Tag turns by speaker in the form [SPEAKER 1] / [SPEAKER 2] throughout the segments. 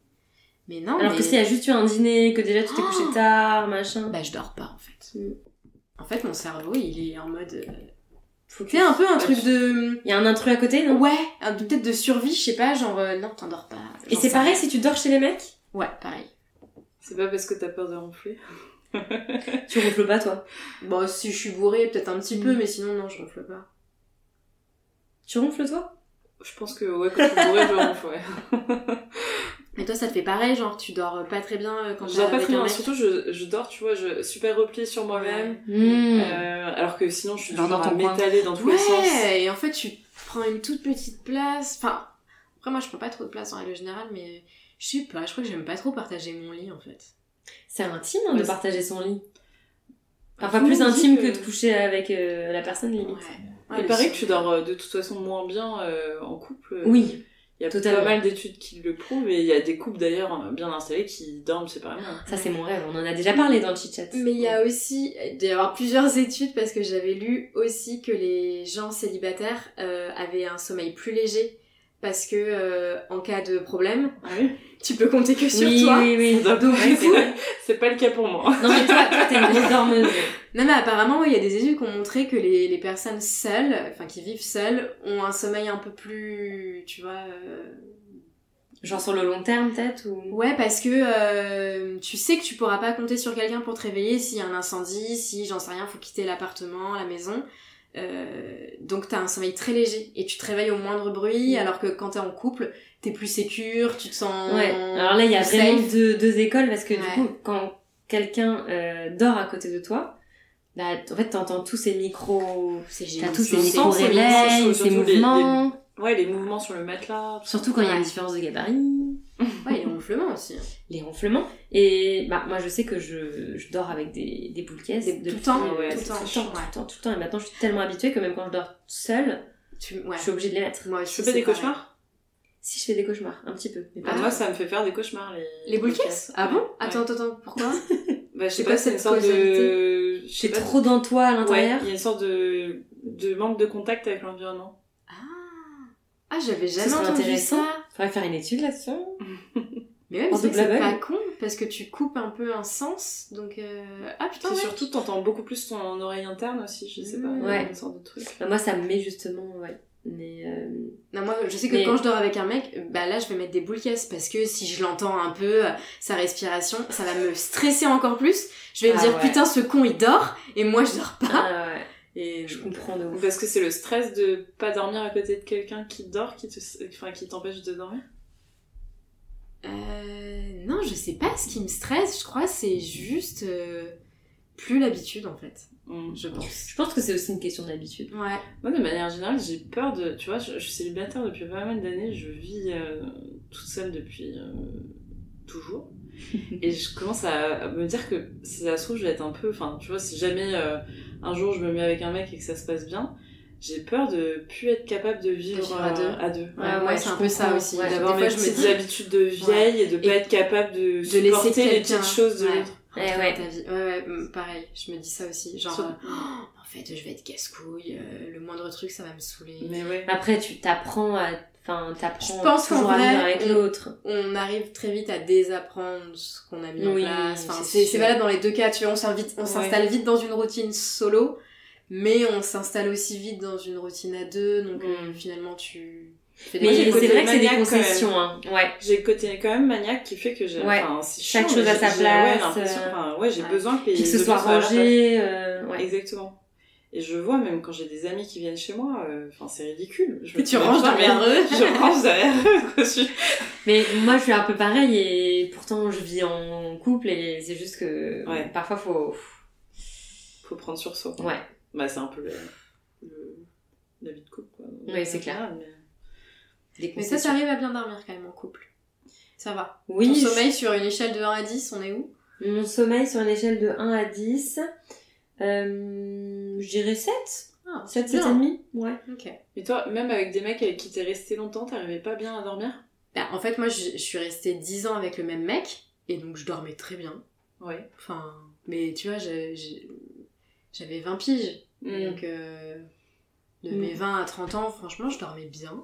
[SPEAKER 1] Mais non.
[SPEAKER 2] Alors
[SPEAKER 1] mais-
[SPEAKER 2] que s'il y a juste eu un dîner, que déjà tu t'es couché
[SPEAKER 1] Oh
[SPEAKER 2] tard, machin.
[SPEAKER 1] Bah, je dors pas en fait.
[SPEAKER 2] Mm.
[SPEAKER 1] En fait, mon cerveau, il est en mode. euh,
[SPEAKER 2] Faut que-
[SPEAKER 1] Tu sais, un peu un
[SPEAKER 3] Ouais,
[SPEAKER 1] truc de. mm,
[SPEAKER 2] Il y a un intrus à côté, non
[SPEAKER 1] Ouais, un- peut-être de survie, je sais pas, genre euh, non, t'endors pas.
[SPEAKER 2] Et
[SPEAKER 1] J'en
[SPEAKER 2] c'est
[SPEAKER 1] sais
[SPEAKER 2] pareil
[SPEAKER 1] rien.
[SPEAKER 2] si tu dors chez les mecs
[SPEAKER 1] Ouais, pareil.
[SPEAKER 3] C'est pas parce que t'as peur de ronfler.
[SPEAKER 2] Tu ronfles pas, toi.
[SPEAKER 1] Bon, si je suis bourrée, peut-être un petit
[SPEAKER 2] Mm.
[SPEAKER 1] peu, mais sinon, non, je ronfle pas.
[SPEAKER 2] Tu ronfles, toi
[SPEAKER 3] Je pense que, ouais, quand je suis bourrée, je ronfle, ouais.
[SPEAKER 1] Mais toi, ça te fait pareil, genre tu dors pas très bien euh, quand
[SPEAKER 3] je
[SPEAKER 1] t'es
[SPEAKER 3] dors pas
[SPEAKER 1] avec
[SPEAKER 3] très
[SPEAKER 1] un
[SPEAKER 3] bien.
[SPEAKER 1] mec.
[SPEAKER 3] Surtout, je, je dors, tu vois, je, super repliée sur moi-même.
[SPEAKER 1] Mm.
[SPEAKER 3] Euh, alors que sinon, je suis
[SPEAKER 2] Hmm. Genre
[SPEAKER 3] genre
[SPEAKER 2] dans
[SPEAKER 3] à
[SPEAKER 2] ton coin.
[SPEAKER 3] m'étaler dans tous les sens.
[SPEAKER 1] Ouais, et en fait, tu prends une toute petite place. Enfin, après, moi, je prends pas trop de place en règle générale, mais je sais pas, je crois que j'aime pas trop partager mon lit en fait.
[SPEAKER 2] C'est intime hein,
[SPEAKER 3] Ouais,
[SPEAKER 2] de
[SPEAKER 3] c'est-
[SPEAKER 2] partager son lit.
[SPEAKER 1] Bah,
[SPEAKER 3] Tout
[SPEAKER 2] Enfin,
[SPEAKER 3] le
[SPEAKER 2] plus
[SPEAKER 3] monde dit
[SPEAKER 2] intime que de coucher avec euh, la personne,
[SPEAKER 1] Ouais.
[SPEAKER 2] limite.
[SPEAKER 1] Ouais,
[SPEAKER 3] Il
[SPEAKER 1] le
[SPEAKER 3] paraît que
[SPEAKER 1] sommeil.
[SPEAKER 3] tu dors euh, de toute façon moins bien euh, en couple.
[SPEAKER 2] Oui.
[SPEAKER 3] Il y a
[SPEAKER 2] totalement.
[SPEAKER 3] pas mal d'études qui le prouvent et il y a des couples d'ailleurs euh, bien installés qui dorment séparément.
[SPEAKER 2] Ça, c'est mon rêve. On en a déjà parlé dans le chit-chat.
[SPEAKER 1] Mais il y a aussi, il doit y avoir plusieurs études parce que j'avais lu aussi que les gens célibataires euh, avaient un sommeil plus léger parce que euh, en cas de problème,
[SPEAKER 3] Ah oui
[SPEAKER 1] tu peux compter que sur
[SPEAKER 2] Oui,
[SPEAKER 1] toi.
[SPEAKER 2] oui, oui.
[SPEAKER 3] Donc,
[SPEAKER 1] Donc,
[SPEAKER 3] ouais,
[SPEAKER 1] du
[SPEAKER 3] c'est
[SPEAKER 1] coup-
[SPEAKER 3] pas- c'est pas le cas pour moi.
[SPEAKER 2] Non, mais toi, toi, t'es une grosse dormeuse.
[SPEAKER 1] Non mais apparemment ouais, il y a des études qui ont montré que les, les personnes seules, enfin qui vivent seules, ont un sommeil un peu plus, tu vois. euh,
[SPEAKER 2] Genre sur le long terme, peut-être ou...
[SPEAKER 1] Ouais parce que euh, tu sais que tu pourras pas compter sur quelqu'un pour te réveiller s'il y a un incendie, si j'en sais rien, faut quitter l'appartement, la maison. Euh, donc t'as un sommeil très léger et tu te réveilles au moindre bruit alors que quand t'es en couple t'es plus sécure, tu te sens.
[SPEAKER 2] Ouais. Alors là, il y a
[SPEAKER 1] plus
[SPEAKER 2] vraiment
[SPEAKER 1] safe.
[SPEAKER 2] deux, deux écoles parce que
[SPEAKER 1] Ouais.
[SPEAKER 2] du coup, quand quelqu'un euh, dort à côté de toi, bah, en fait, t'entends tous ces micros.
[SPEAKER 1] C'est
[SPEAKER 2] T'as
[SPEAKER 1] génial.
[SPEAKER 2] tous ces
[SPEAKER 3] le
[SPEAKER 2] micros
[SPEAKER 3] sens, le sens,
[SPEAKER 2] réveils, ces
[SPEAKER 3] surtout les-
[SPEAKER 2] mouvements.
[SPEAKER 3] Ouais, les mouvements sur le matelas. tout ça.
[SPEAKER 2] Surtout quand il y a une
[SPEAKER 1] Ouais.
[SPEAKER 2] différence de gabarit.
[SPEAKER 1] Ouais, et ronflement aussi. hein.
[SPEAKER 2] Les ronflements. Et bah, moi, je sais que je, je dors avec des, des boules caisses.
[SPEAKER 1] Des- tout
[SPEAKER 2] depuis-
[SPEAKER 1] le temps,
[SPEAKER 2] ouais,
[SPEAKER 3] tout
[SPEAKER 2] tout
[SPEAKER 3] le
[SPEAKER 2] le
[SPEAKER 1] temps,
[SPEAKER 2] temps, tout
[SPEAKER 1] ouais.
[SPEAKER 2] le temps, tout le temps. Et maintenant, je suis tellement habituée que même quand je dors seule,
[SPEAKER 1] Tu... Ouais.
[SPEAKER 2] je suis obligée de les mettre.
[SPEAKER 1] Moi,
[SPEAKER 3] Tu fais
[SPEAKER 1] sais
[SPEAKER 3] pas des cauchemars
[SPEAKER 2] Si je fais des cauchemars, un petit peu. Mais pas
[SPEAKER 3] Ah,
[SPEAKER 2] trop.
[SPEAKER 3] moi, ça me fait faire des cauchemars, les,
[SPEAKER 1] Les boules
[SPEAKER 3] podcasts.
[SPEAKER 1] Ah bon
[SPEAKER 3] Ouais.
[SPEAKER 1] Attends, attends, attends, pourquoi
[SPEAKER 3] Bah, je
[SPEAKER 1] C'est
[SPEAKER 3] sais
[SPEAKER 1] quoi
[SPEAKER 3] pas, c'est une
[SPEAKER 1] cette
[SPEAKER 3] sorte de. Je sais
[SPEAKER 2] J'ai
[SPEAKER 3] pas.
[SPEAKER 2] trop dans toi à
[SPEAKER 3] Ouais,
[SPEAKER 2] l'intérieur.
[SPEAKER 3] il y a une sorte de, de manque de contact avec l'environnement.
[SPEAKER 1] Ah, ah j'avais
[SPEAKER 2] Ce
[SPEAKER 1] jamais
[SPEAKER 2] serait
[SPEAKER 1] entendu
[SPEAKER 2] intéressant.
[SPEAKER 1] ça.
[SPEAKER 2] Faudrait faire une étude là-dessus.
[SPEAKER 1] Mais ouais, mais
[SPEAKER 2] En
[SPEAKER 1] c'est vrai que
[SPEAKER 2] double
[SPEAKER 1] c'est pas
[SPEAKER 2] aveugle.
[SPEAKER 1] con parce que tu coupes un peu un sens. Donc euh, ah putain
[SPEAKER 3] Et
[SPEAKER 1] ouais.
[SPEAKER 3] surtout, t'entends beaucoup plus ton oreille interne aussi, je sais pas.
[SPEAKER 1] Mmh.
[SPEAKER 2] Ouais.
[SPEAKER 3] Une sorte de truc.
[SPEAKER 2] Bah, moi, ça me met justement, ouais. Mais euh,
[SPEAKER 1] Non moi je sais que
[SPEAKER 2] Mais-
[SPEAKER 1] quand je dors avec un mec, bah là je vais mettre des boules caisses parce que si je l'entends un peu euh, sa respiration, ça va me stresser encore plus. Je vais me
[SPEAKER 2] Ah
[SPEAKER 1] dire
[SPEAKER 2] ouais.
[SPEAKER 1] putain ce con il dort et moi je dors pas.
[SPEAKER 2] ah ouais,
[SPEAKER 1] Et
[SPEAKER 2] je comprends de ouf.
[SPEAKER 3] Parce que c'est le stress de pas dormir à côté de quelqu'un qui dort, qui te, enfin, qui t'empêche de dormir.
[SPEAKER 1] euh, non je sais pas ce qui me stresse. Je crois c'est juste euh, plus l'habitude en fait.
[SPEAKER 3] Mmh.
[SPEAKER 1] Je pense.
[SPEAKER 2] Je pense que c'est aussi une question d'habitude.
[SPEAKER 1] Ouais.
[SPEAKER 3] Moi, de manière générale, j'ai peur de. Tu vois, je, je suis célibataire depuis pas mal d'années, je vis euh, toute seule depuis euh, toujours. Et je commence à, à me dire que si ça se trouve, je vais être un peu. Enfin, tu vois, si jamais euh, un jour je me mets avec un mec et que ça se passe bien, j'ai peur de plus être capable de vivre,
[SPEAKER 1] vivre à
[SPEAKER 3] euh,
[SPEAKER 1] deux.
[SPEAKER 3] à deux.
[SPEAKER 2] Ouais,
[SPEAKER 1] Ouais, moi
[SPEAKER 2] ouais,
[SPEAKER 1] c'est
[SPEAKER 2] je
[SPEAKER 1] un peu ça
[SPEAKER 2] comprends.
[SPEAKER 1] aussi.
[SPEAKER 2] Ouais,
[SPEAKER 1] Des
[SPEAKER 3] D'avoir
[SPEAKER 1] fois,
[SPEAKER 3] mes
[SPEAKER 1] je me
[SPEAKER 3] petites
[SPEAKER 1] dis-
[SPEAKER 3] habitudes de vieille et de pas
[SPEAKER 1] Et
[SPEAKER 3] être capable de,
[SPEAKER 1] de laisser
[SPEAKER 3] supporter les
[SPEAKER 1] quelqu'un.
[SPEAKER 3] petites choses de
[SPEAKER 1] Ouais.
[SPEAKER 3] l'autre.
[SPEAKER 2] Eh
[SPEAKER 1] rentrer
[SPEAKER 2] ouais.
[SPEAKER 1] dans ta vie. Ouais, ouais, hum, pareil, je me dis ça aussi. Genre,
[SPEAKER 3] Sur-
[SPEAKER 1] euh, Oh, en fait, je vais être casse-couille, euh, le moindre truc, ça va me saouler.
[SPEAKER 3] Mais ouais.
[SPEAKER 2] Après, tu t'apprends à. Enfin, t'apprends
[SPEAKER 1] Je pense qu'en
[SPEAKER 2] toujours à
[SPEAKER 1] vrai,
[SPEAKER 2] vivre avec
[SPEAKER 1] on-
[SPEAKER 2] l'autre.
[SPEAKER 1] On arrive très vite à désapprendre ce qu'on a mis en
[SPEAKER 2] Oui,
[SPEAKER 1] place. Enfin,
[SPEAKER 2] c'est
[SPEAKER 1] c'est
[SPEAKER 2] sûr.
[SPEAKER 1] c'est valable dans les deux cas, tu vois, on s'invite- on
[SPEAKER 3] Ouais.
[SPEAKER 1] s'installe vite dans une routine solo. mais on s'installe aussi vite dans une routine à deux, donc euh, finalement tu fais
[SPEAKER 2] Mais
[SPEAKER 3] j'ai
[SPEAKER 2] c'est
[SPEAKER 3] le côté
[SPEAKER 2] vrai que c'est des
[SPEAKER 3] maniaque,
[SPEAKER 2] concessions, hein. Ouais.
[SPEAKER 3] J'ai le côté quand même maniaque qui fait que j'ai.
[SPEAKER 2] Ouais.
[SPEAKER 3] enfin, c'est
[SPEAKER 2] Chaque
[SPEAKER 3] chiant,
[SPEAKER 2] chose à
[SPEAKER 3] j'ai-
[SPEAKER 2] sa
[SPEAKER 3] j'ai-
[SPEAKER 2] place,
[SPEAKER 3] Ouais, l'impression.
[SPEAKER 2] euh,
[SPEAKER 3] enfin, ouais, j'ai
[SPEAKER 1] ouais.
[SPEAKER 3] besoin que les.
[SPEAKER 2] Puis que ce
[SPEAKER 3] objets
[SPEAKER 2] soit
[SPEAKER 3] soient à leur
[SPEAKER 2] rangé, euh,
[SPEAKER 3] place.
[SPEAKER 2] ouais.
[SPEAKER 3] Exactement. Et je vois même quand j'ai des amis qui viennent chez moi, euh, enfin c'est ridicule. Je me
[SPEAKER 1] tu
[SPEAKER 3] dis,
[SPEAKER 1] ranges
[SPEAKER 3] putain,
[SPEAKER 1] derrière
[SPEAKER 3] merde,
[SPEAKER 1] eux.
[SPEAKER 3] Je range derrière eux. quoi, je-
[SPEAKER 2] Mais moi, je suis un peu pareil et pourtant, je vis en couple et c'est juste que
[SPEAKER 3] Ouais.
[SPEAKER 2] parfois, faut.
[SPEAKER 3] Faut prendre sur soi.
[SPEAKER 2] Ouais.
[SPEAKER 3] Bah c'est un peu le, le- la vie de couple quoi.
[SPEAKER 2] Ouais, c'est clair.
[SPEAKER 3] Mais-
[SPEAKER 2] Des
[SPEAKER 1] Mais ça,
[SPEAKER 2] concessions.
[SPEAKER 1] t'arrives à bien dormir quand même en couple. Ça va.
[SPEAKER 2] Oui.
[SPEAKER 1] Ton
[SPEAKER 2] je-
[SPEAKER 1] sommeil sur une échelle de 1 à 10, on est où
[SPEAKER 2] Mon sommeil sur une échelle de 1 à 10, euh, je dirais 7.
[SPEAKER 1] Ah,
[SPEAKER 2] 7,
[SPEAKER 1] bien.
[SPEAKER 2] 7,5 Ouais.
[SPEAKER 1] Ok.
[SPEAKER 3] Mais toi, même avec des mecs avec qui t'es resté longtemps, t'arrivais pas bien à dormir
[SPEAKER 1] Bah, en fait, moi, je, je suis restée 10 ans avec le même mec, et donc je dormais très bien.
[SPEAKER 3] Ouais.
[SPEAKER 1] Enfin, mais tu vois, j'ai- j'ai- j'avais 20 piges.
[SPEAKER 3] Mm.
[SPEAKER 1] Donc, euh, de
[SPEAKER 2] Mm.
[SPEAKER 1] mes 20 à 30 ans, franchement, je dormais bien.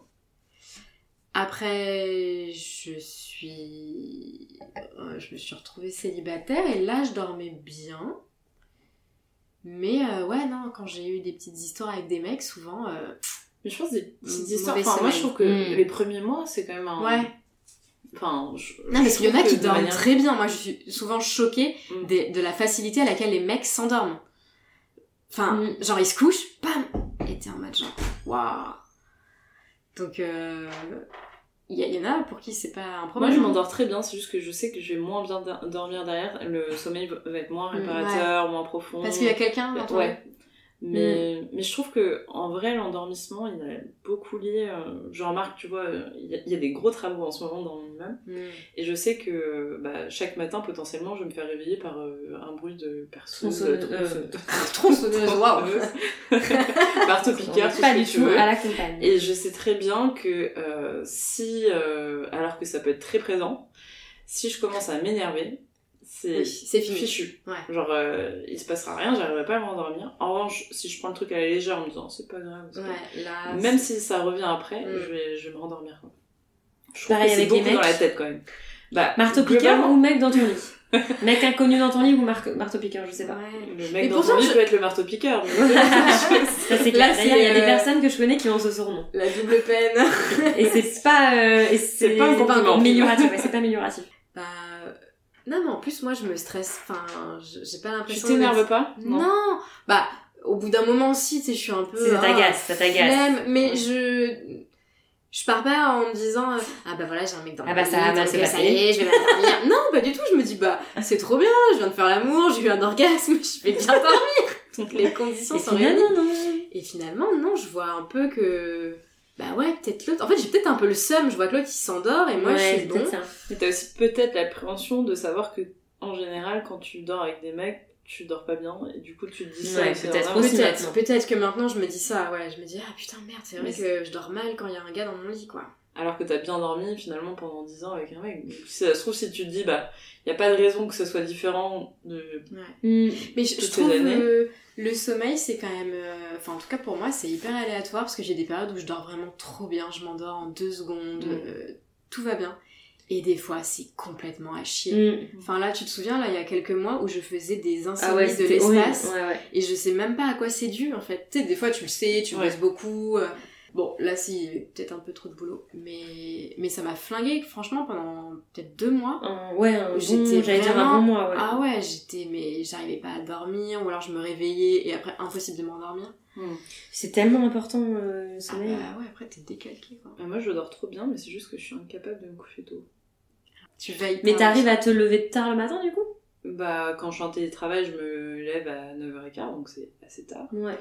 [SPEAKER 1] Après, je suis. euh, Je me suis retrouvée célibataire, et là, je dormais bien. Mais euh, ouais, non, quand j'ai eu des petites histoires avec des mecs, souvent. euh,
[SPEAKER 3] Mais je pense des petites
[SPEAKER 1] Mauvais
[SPEAKER 3] histoires. Enfin, moi, je
[SPEAKER 1] sommeil.
[SPEAKER 3] trouve que
[SPEAKER 2] Mm.
[SPEAKER 3] les premiers mois, c'est quand même un.
[SPEAKER 1] Ouais.
[SPEAKER 3] Enfin, je-
[SPEAKER 1] Non, mais
[SPEAKER 3] je
[SPEAKER 1] il y en a
[SPEAKER 3] trouve que
[SPEAKER 1] qui
[SPEAKER 3] de
[SPEAKER 1] dorment
[SPEAKER 3] manière-
[SPEAKER 1] très bien. Moi, je suis souvent choquée
[SPEAKER 3] Mm.
[SPEAKER 1] des- de la facilité à laquelle les mecs s'endorment. Enfin,
[SPEAKER 2] Mm.
[SPEAKER 1] genre, ils se couchent, pam, et t'es en mode genre, waouh. Donc, euh, il y, a- il y en a pour qui c'est pas un
[SPEAKER 3] Moi,
[SPEAKER 1] problème. hein.
[SPEAKER 3] je m'endors très bien, c'est juste que je sais que je vais moins bien do- dormir derrière. Le sommeil va être moins
[SPEAKER 1] Mm,
[SPEAKER 3] réparateur, moins profond.
[SPEAKER 1] Parce qu'il y a quelqu'un dans ton Mm.
[SPEAKER 3] Ouais. Mais, mais je trouve que en vrai, l'endormissement, il est beaucoup lié. euh, je remarque, tu vois, euh, il y, a- il y a des gros travaux en ce moment dans mon immeuble.
[SPEAKER 1] Mm.
[SPEAKER 3] Et je sais que euh, bah, chaque matin, potentiellement, je vais me faire réveiller par euh, un bruit de personne.
[SPEAKER 2] Tronçonneuse,
[SPEAKER 1] euh, Tronçonneuse, waouh.
[SPEAKER 3] Marteau
[SPEAKER 2] On
[SPEAKER 3] piqueur,
[SPEAKER 2] n'est
[SPEAKER 3] tout
[SPEAKER 2] pas
[SPEAKER 3] ce
[SPEAKER 2] du
[SPEAKER 3] que tu
[SPEAKER 2] tout
[SPEAKER 3] veux.
[SPEAKER 2] à la campagne.
[SPEAKER 3] Et je sais très bien que euh, si, euh, alors que ça peut être très présent, si je commence à m'énerver, c'est
[SPEAKER 1] Oui, c'est fini.
[SPEAKER 3] fichu.
[SPEAKER 1] Ouais.
[SPEAKER 3] Genre, euh, il se passera rien, j'arriverai pas à m'endormir. En revanche, si je prends le truc à la légère en me disant c'est pas grave, c'est pas grave.
[SPEAKER 1] Ouais, là.
[SPEAKER 3] même si ça revient après,
[SPEAKER 1] Mm.
[SPEAKER 3] je vais, je vais me rendormir. quoi. Je trouve
[SPEAKER 2] Pareil
[SPEAKER 3] que c'est
[SPEAKER 2] avec les
[SPEAKER 3] beaucoup dans
[SPEAKER 2] mecs.
[SPEAKER 3] la tête quand même. Bah,
[SPEAKER 2] Marteau piqueur
[SPEAKER 3] globalement,
[SPEAKER 2] ou mec dans ton lit Mec inconnu dans ton lit ou mar- marteau piqueur, je sais pas.
[SPEAKER 1] Ouais.
[SPEAKER 3] Le
[SPEAKER 1] Mais
[SPEAKER 3] mec dans
[SPEAKER 1] pourtant,
[SPEAKER 3] ton lit
[SPEAKER 1] je-
[SPEAKER 3] peut être le marteau piqueur. mais-
[SPEAKER 2] Ça c'est
[SPEAKER 1] Là,
[SPEAKER 2] clair. D'ailleurs, il y
[SPEAKER 1] c'est,
[SPEAKER 2] a des
[SPEAKER 1] euh,
[SPEAKER 2] personnes que je connais qui ont ce surnom.
[SPEAKER 1] La double peine.
[SPEAKER 2] Et c'est pas, euh, et
[SPEAKER 3] C'est pas un compliment.
[SPEAKER 2] amélioratif. ouais, c'est pas amélioratif.
[SPEAKER 1] bah. Non, mais en plus, moi, je me stresse. Enfin, je- j'ai pas
[SPEAKER 3] tu
[SPEAKER 1] l'impression. de
[SPEAKER 3] t'énerves
[SPEAKER 1] mettre-
[SPEAKER 3] pas
[SPEAKER 1] Non. Bah, au bout d'un moment, si, tu sais, je suis un peu.
[SPEAKER 2] Ça
[SPEAKER 1] ah,
[SPEAKER 2] t'agace, ça t'agace.
[SPEAKER 1] flemme, mais je je pars pas en me disant euh, ah bah voilà j'ai un mec dans
[SPEAKER 2] Ah
[SPEAKER 1] ma
[SPEAKER 2] bah,
[SPEAKER 1] vie,
[SPEAKER 2] ça va mal
[SPEAKER 1] donc,
[SPEAKER 2] se
[SPEAKER 1] euh,
[SPEAKER 2] passer.
[SPEAKER 1] ça y est je vais m'endormir non pas du tout je me dis bah c'est trop bien je viens de faire l'amour j'ai eu un orgasme je vais bien dormir Donc, les conditions
[SPEAKER 2] Et
[SPEAKER 1] sont réunies
[SPEAKER 2] finalement, non.
[SPEAKER 1] et finalement non je vois un peu que bah ouais peut-être l'autre en fait j'ai peut-être un peu le seum je vois que l'autre il s'endort et moi
[SPEAKER 2] Ouais,
[SPEAKER 1] je
[SPEAKER 2] c'est
[SPEAKER 1] suis bon
[SPEAKER 2] peut-être ça.
[SPEAKER 3] Mais t'as aussi peut-être l'appréhension de savoir que, en général, quand tu dors avec des mecs, tu dors pas bien, et du coup, tu te dis ça.
[SPEAKER 2] Ouais,
[SPEAKER 3] et c'est
[SPEAKER 2] peut-être
[SPEAKER 3] normal.
[SPEAKER 2] aussi.
[SPEAKER 1] peut-être
[SPEAKER 2] maintenant.
[SPEAKER 1] peut-être que maintenant je me dis ça ouais je me dis ah putain merde c'est vrai
[SPEAKER 3] Mais
[SPEAKER 1] que je dors mal quand il y a un gars dans mon lit quoi
[SPEAKER 3] Alors que t'as bien dormi, finalement, pendant 10 ans avec un mec. Donc, si ça se trouve, si tu te dis, bah, y a pas de raison que ce soit différent de.
[SPEAKER 2] Hmm.
[SPEAKER 1] Mais je, je
[SPEAKER 3] Toutes
[SPEAKER 1] trouve
[SPEAKER 3] les années.
[SPEAKER 1] euh, le sommeil, c'est quand même. euh, Enfin, en tout cas pour moi, c'est hyper aléatoire parce que j'ai des périodes où je dors vraiment trop bien, je m'endors en deux secondes,
[SPEAKER 3] Mm.
[SPEAKER 1] euh, tout va bien. Et des fois, c'est complètement à chier.
[SPEAKER 2] Hmm.
[SPEAKER 1] Enfin, là, tu te souviens, là, il y a quelques mois où je faisais des insomnies
[SPEAKER 2] Ah ouais,
[SPEAKER 1] de
[SPEAKER 2] c'était horrible.
[SPEAKER 1] l'espace
[SPEAKER 2] Ouais, ouais.
[SPEAKER 1] et je sais même pas à quoi c'est dû en fait. Tu sais, des fois, tu le sais, tu
[SPEAKER 3] Ouais.
[SPEAKER 1] bosses beaucoup. euh, Bon, là, c'est peut-être un peu trop de boulot, mais, mais ça m'a flingué, franchement, pendant peut-être deux mois.
[SPEAKER 2] Un- ouais, un bon,
[SPEAKER 1] J'étais
[SPEAKER 2] j'allais dire un
[SPEAKER 1] vraiment-
[SPEAKER 2] bon mois, ouais.
[SPEAKER 1] Ah ouais, j'étais, mais j'arrivais pas à dormir, ou alors je me réveillais et après impossible de m'endormir.
[SPEAKER 2] Hmm. C'est tellement important euh, le
[SPEAKER 1] Ah
[SPEAKER 2] sommeil.
[SPEAKER 1] bah ouais, après t'es décalqué quoi.
[SPEAKER 3] Bah, moi, je dors trop bien, mais c'est juste que je suis incapable de me coucher tôt.
[SPEAKER 1] Tu veilles.
[SPEAKER 2] Mais
[SPEAKER 1] pas,
[SPEAKER 2] t'arrives
[SPEAKER 1] Ah ouais.
[SPEAKER 2] à te lever tard le matin du coup
[SPEAKER 3] Bah, quand je suis en télétravail, je me lève à 9h15, donc c'est assez tard.
[SPEAKER 2] Ouais.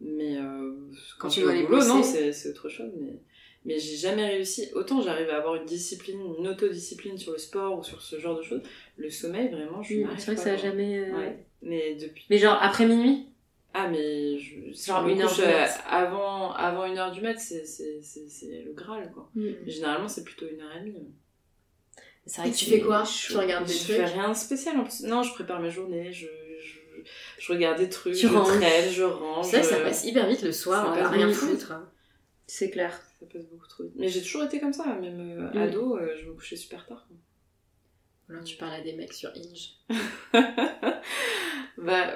[SPEAKER 3] Mais euh,
[SPEAKER 1] Quand
[SPEAKER 3] quand
[SPEAKER 1] tu
[SPEAKER 3] tu
[SPEAKER 1] dois
[SPEAKER 3] vas au
[SPEAKER 1] aller
[SPEAKER 3] boulot,
[SPEAKER 1] bosser.
[SPEAKER 3] non, c'est c'est autre chose. Mais, mais j'ai jamais réussi. Autant j'arrive à avoir une discipline, une autodiscipline sur le sport ou sur ce genre de choses. Le sommeil, vraiment, je
[SPEAKER 2] C'est
[SPEAKER 3] n'arrive
[SPEAKER 2] vrai que
[SPEAKER 3] pas,
[SPEAKER 2] ça a
[SPEAKER 3] quoi.
[SPEAKER 2] jamais. euh,
[SPEAKER 3] Ouais. Mais depuis.
[SPEAKER 2] Mais genre après minuit
[SPEAKER 3] Ah, mais je... si
[SPEAKER 2] Genre
[SPEAKER 3] je me
[SPEAKER 2] une heure
[SPEAKER 3] couche,
[SPEAKER 2] du
[SPEAKER 3] euh,
[SPEAKER 2] mat.
[SPEAKER 3] avant, avant une heure du mat, c'est c'est- c'est- c'est le Graal, quoi.
[SPEAKER 2] Hmm.
[SPEAKER 3] Mais Généralement, c'est plutôt une heure et demie.
[SPEAKER 2] C'est vrai
[SPEAKER 1] Et
[SPEAKER 2] que
[SPEAKER 1] tu
[SPEAKER 2] c'est
[SPEAKER 1] fais quoi
[SPEAKER 2] chaud.
[SPEAKER 1] Tu regardes des
[SPEAKER 3] Je fais
[SPEAKER 1] trucs.
[SPEAKER 3] rien de spécial en plus. Non, je prépare mes journées, je, je, je regarde des trucs,
[SPEAKER 2] Tu
[SPEAKER 3] je
[SPEAKER 2] ranges.
[SPEAKER 3] traîne, je range.
[SPEAKER 1] C'est vrai que ça
[SPEAKER 3] euh,
[SPEAKER 1] passe hyper vite le soir,
[SPEAKER 3] Ça
[SPEAKER 1] on
[SPEAKER 3] passe
[SPEAKER 1] va rien
[SPEAKER 2] vite.
[SPEAKER 1] foutre. hein.
[SPEAKER 2] C'est clair.
[SPEAKER 3] Ça passe beaucoup trop vite. Mais j'ai toujours été comme ça, même euh,
[SPEAKER 2] Mm.
[SPEAKER 3] ado, euh, je me couchais super tard. quoi.
[SPEAKER 1] Ou Alors tu parles à des mecs sur Inge.
[SPEAKER 3] bah, euh,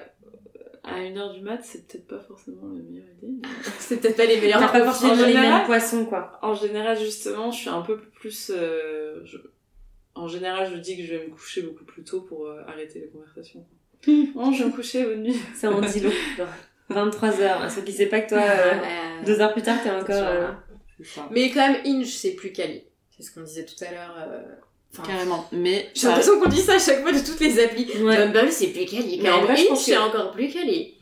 [SPEAKER 3] à 1h du mat, c'est peut-être pas forcément la meilleure idée. mais-
[SPEAKER 1] C'est peut-être pas les meilleurs
[SPEAKER 2] T'as pas
[SPEAKER 1] profils.
[SPEAKER 2] forcément les
[SPEAKER 3] général-
[SPEAKER 2] mêmes poissons, quoi.
[SPEAKER 3] En général, justement, je suis un peu plus. euh, je- En général, je dis que je vais me coucher beaucoup plus tôt pour euh, arrêter les conversations. Bon, je vais me coucher, bonne nuit.
[SPEAKER 2] Ça en dit long. 23h. À ceux qui sait pas que toi, euh,
[SPEAKER 1] Ouais.
[SPEAKER 2] deux heures plus tard, t'es encore.
[SPEAKER 1] Sur-
[SPEAKER 2] euh,
[SPEAKER 1] Mais quand même, Inch, c'est plus Kali. C'est ce qu'on disait tout à l'heure. euh, enfin,
[SPEAKER 3] Carrément. Mais.
[SPEAKER 1] J'ai l'impression qu'on dit ça à chaque fois de toutes les applis.
[SPEAKER 2] Ouais.
[SPEAKER 1] Bumble, c'est plus Kali.
[SPEAKER 3] Mais en
[SPEAKER 1] Quand même,
[SPEAKER 3] vrai, je
[SPEAKER 1] Inch,
[SPEAKER 3] pense que-
[SPEAKER 1] c'est encore plus Kali.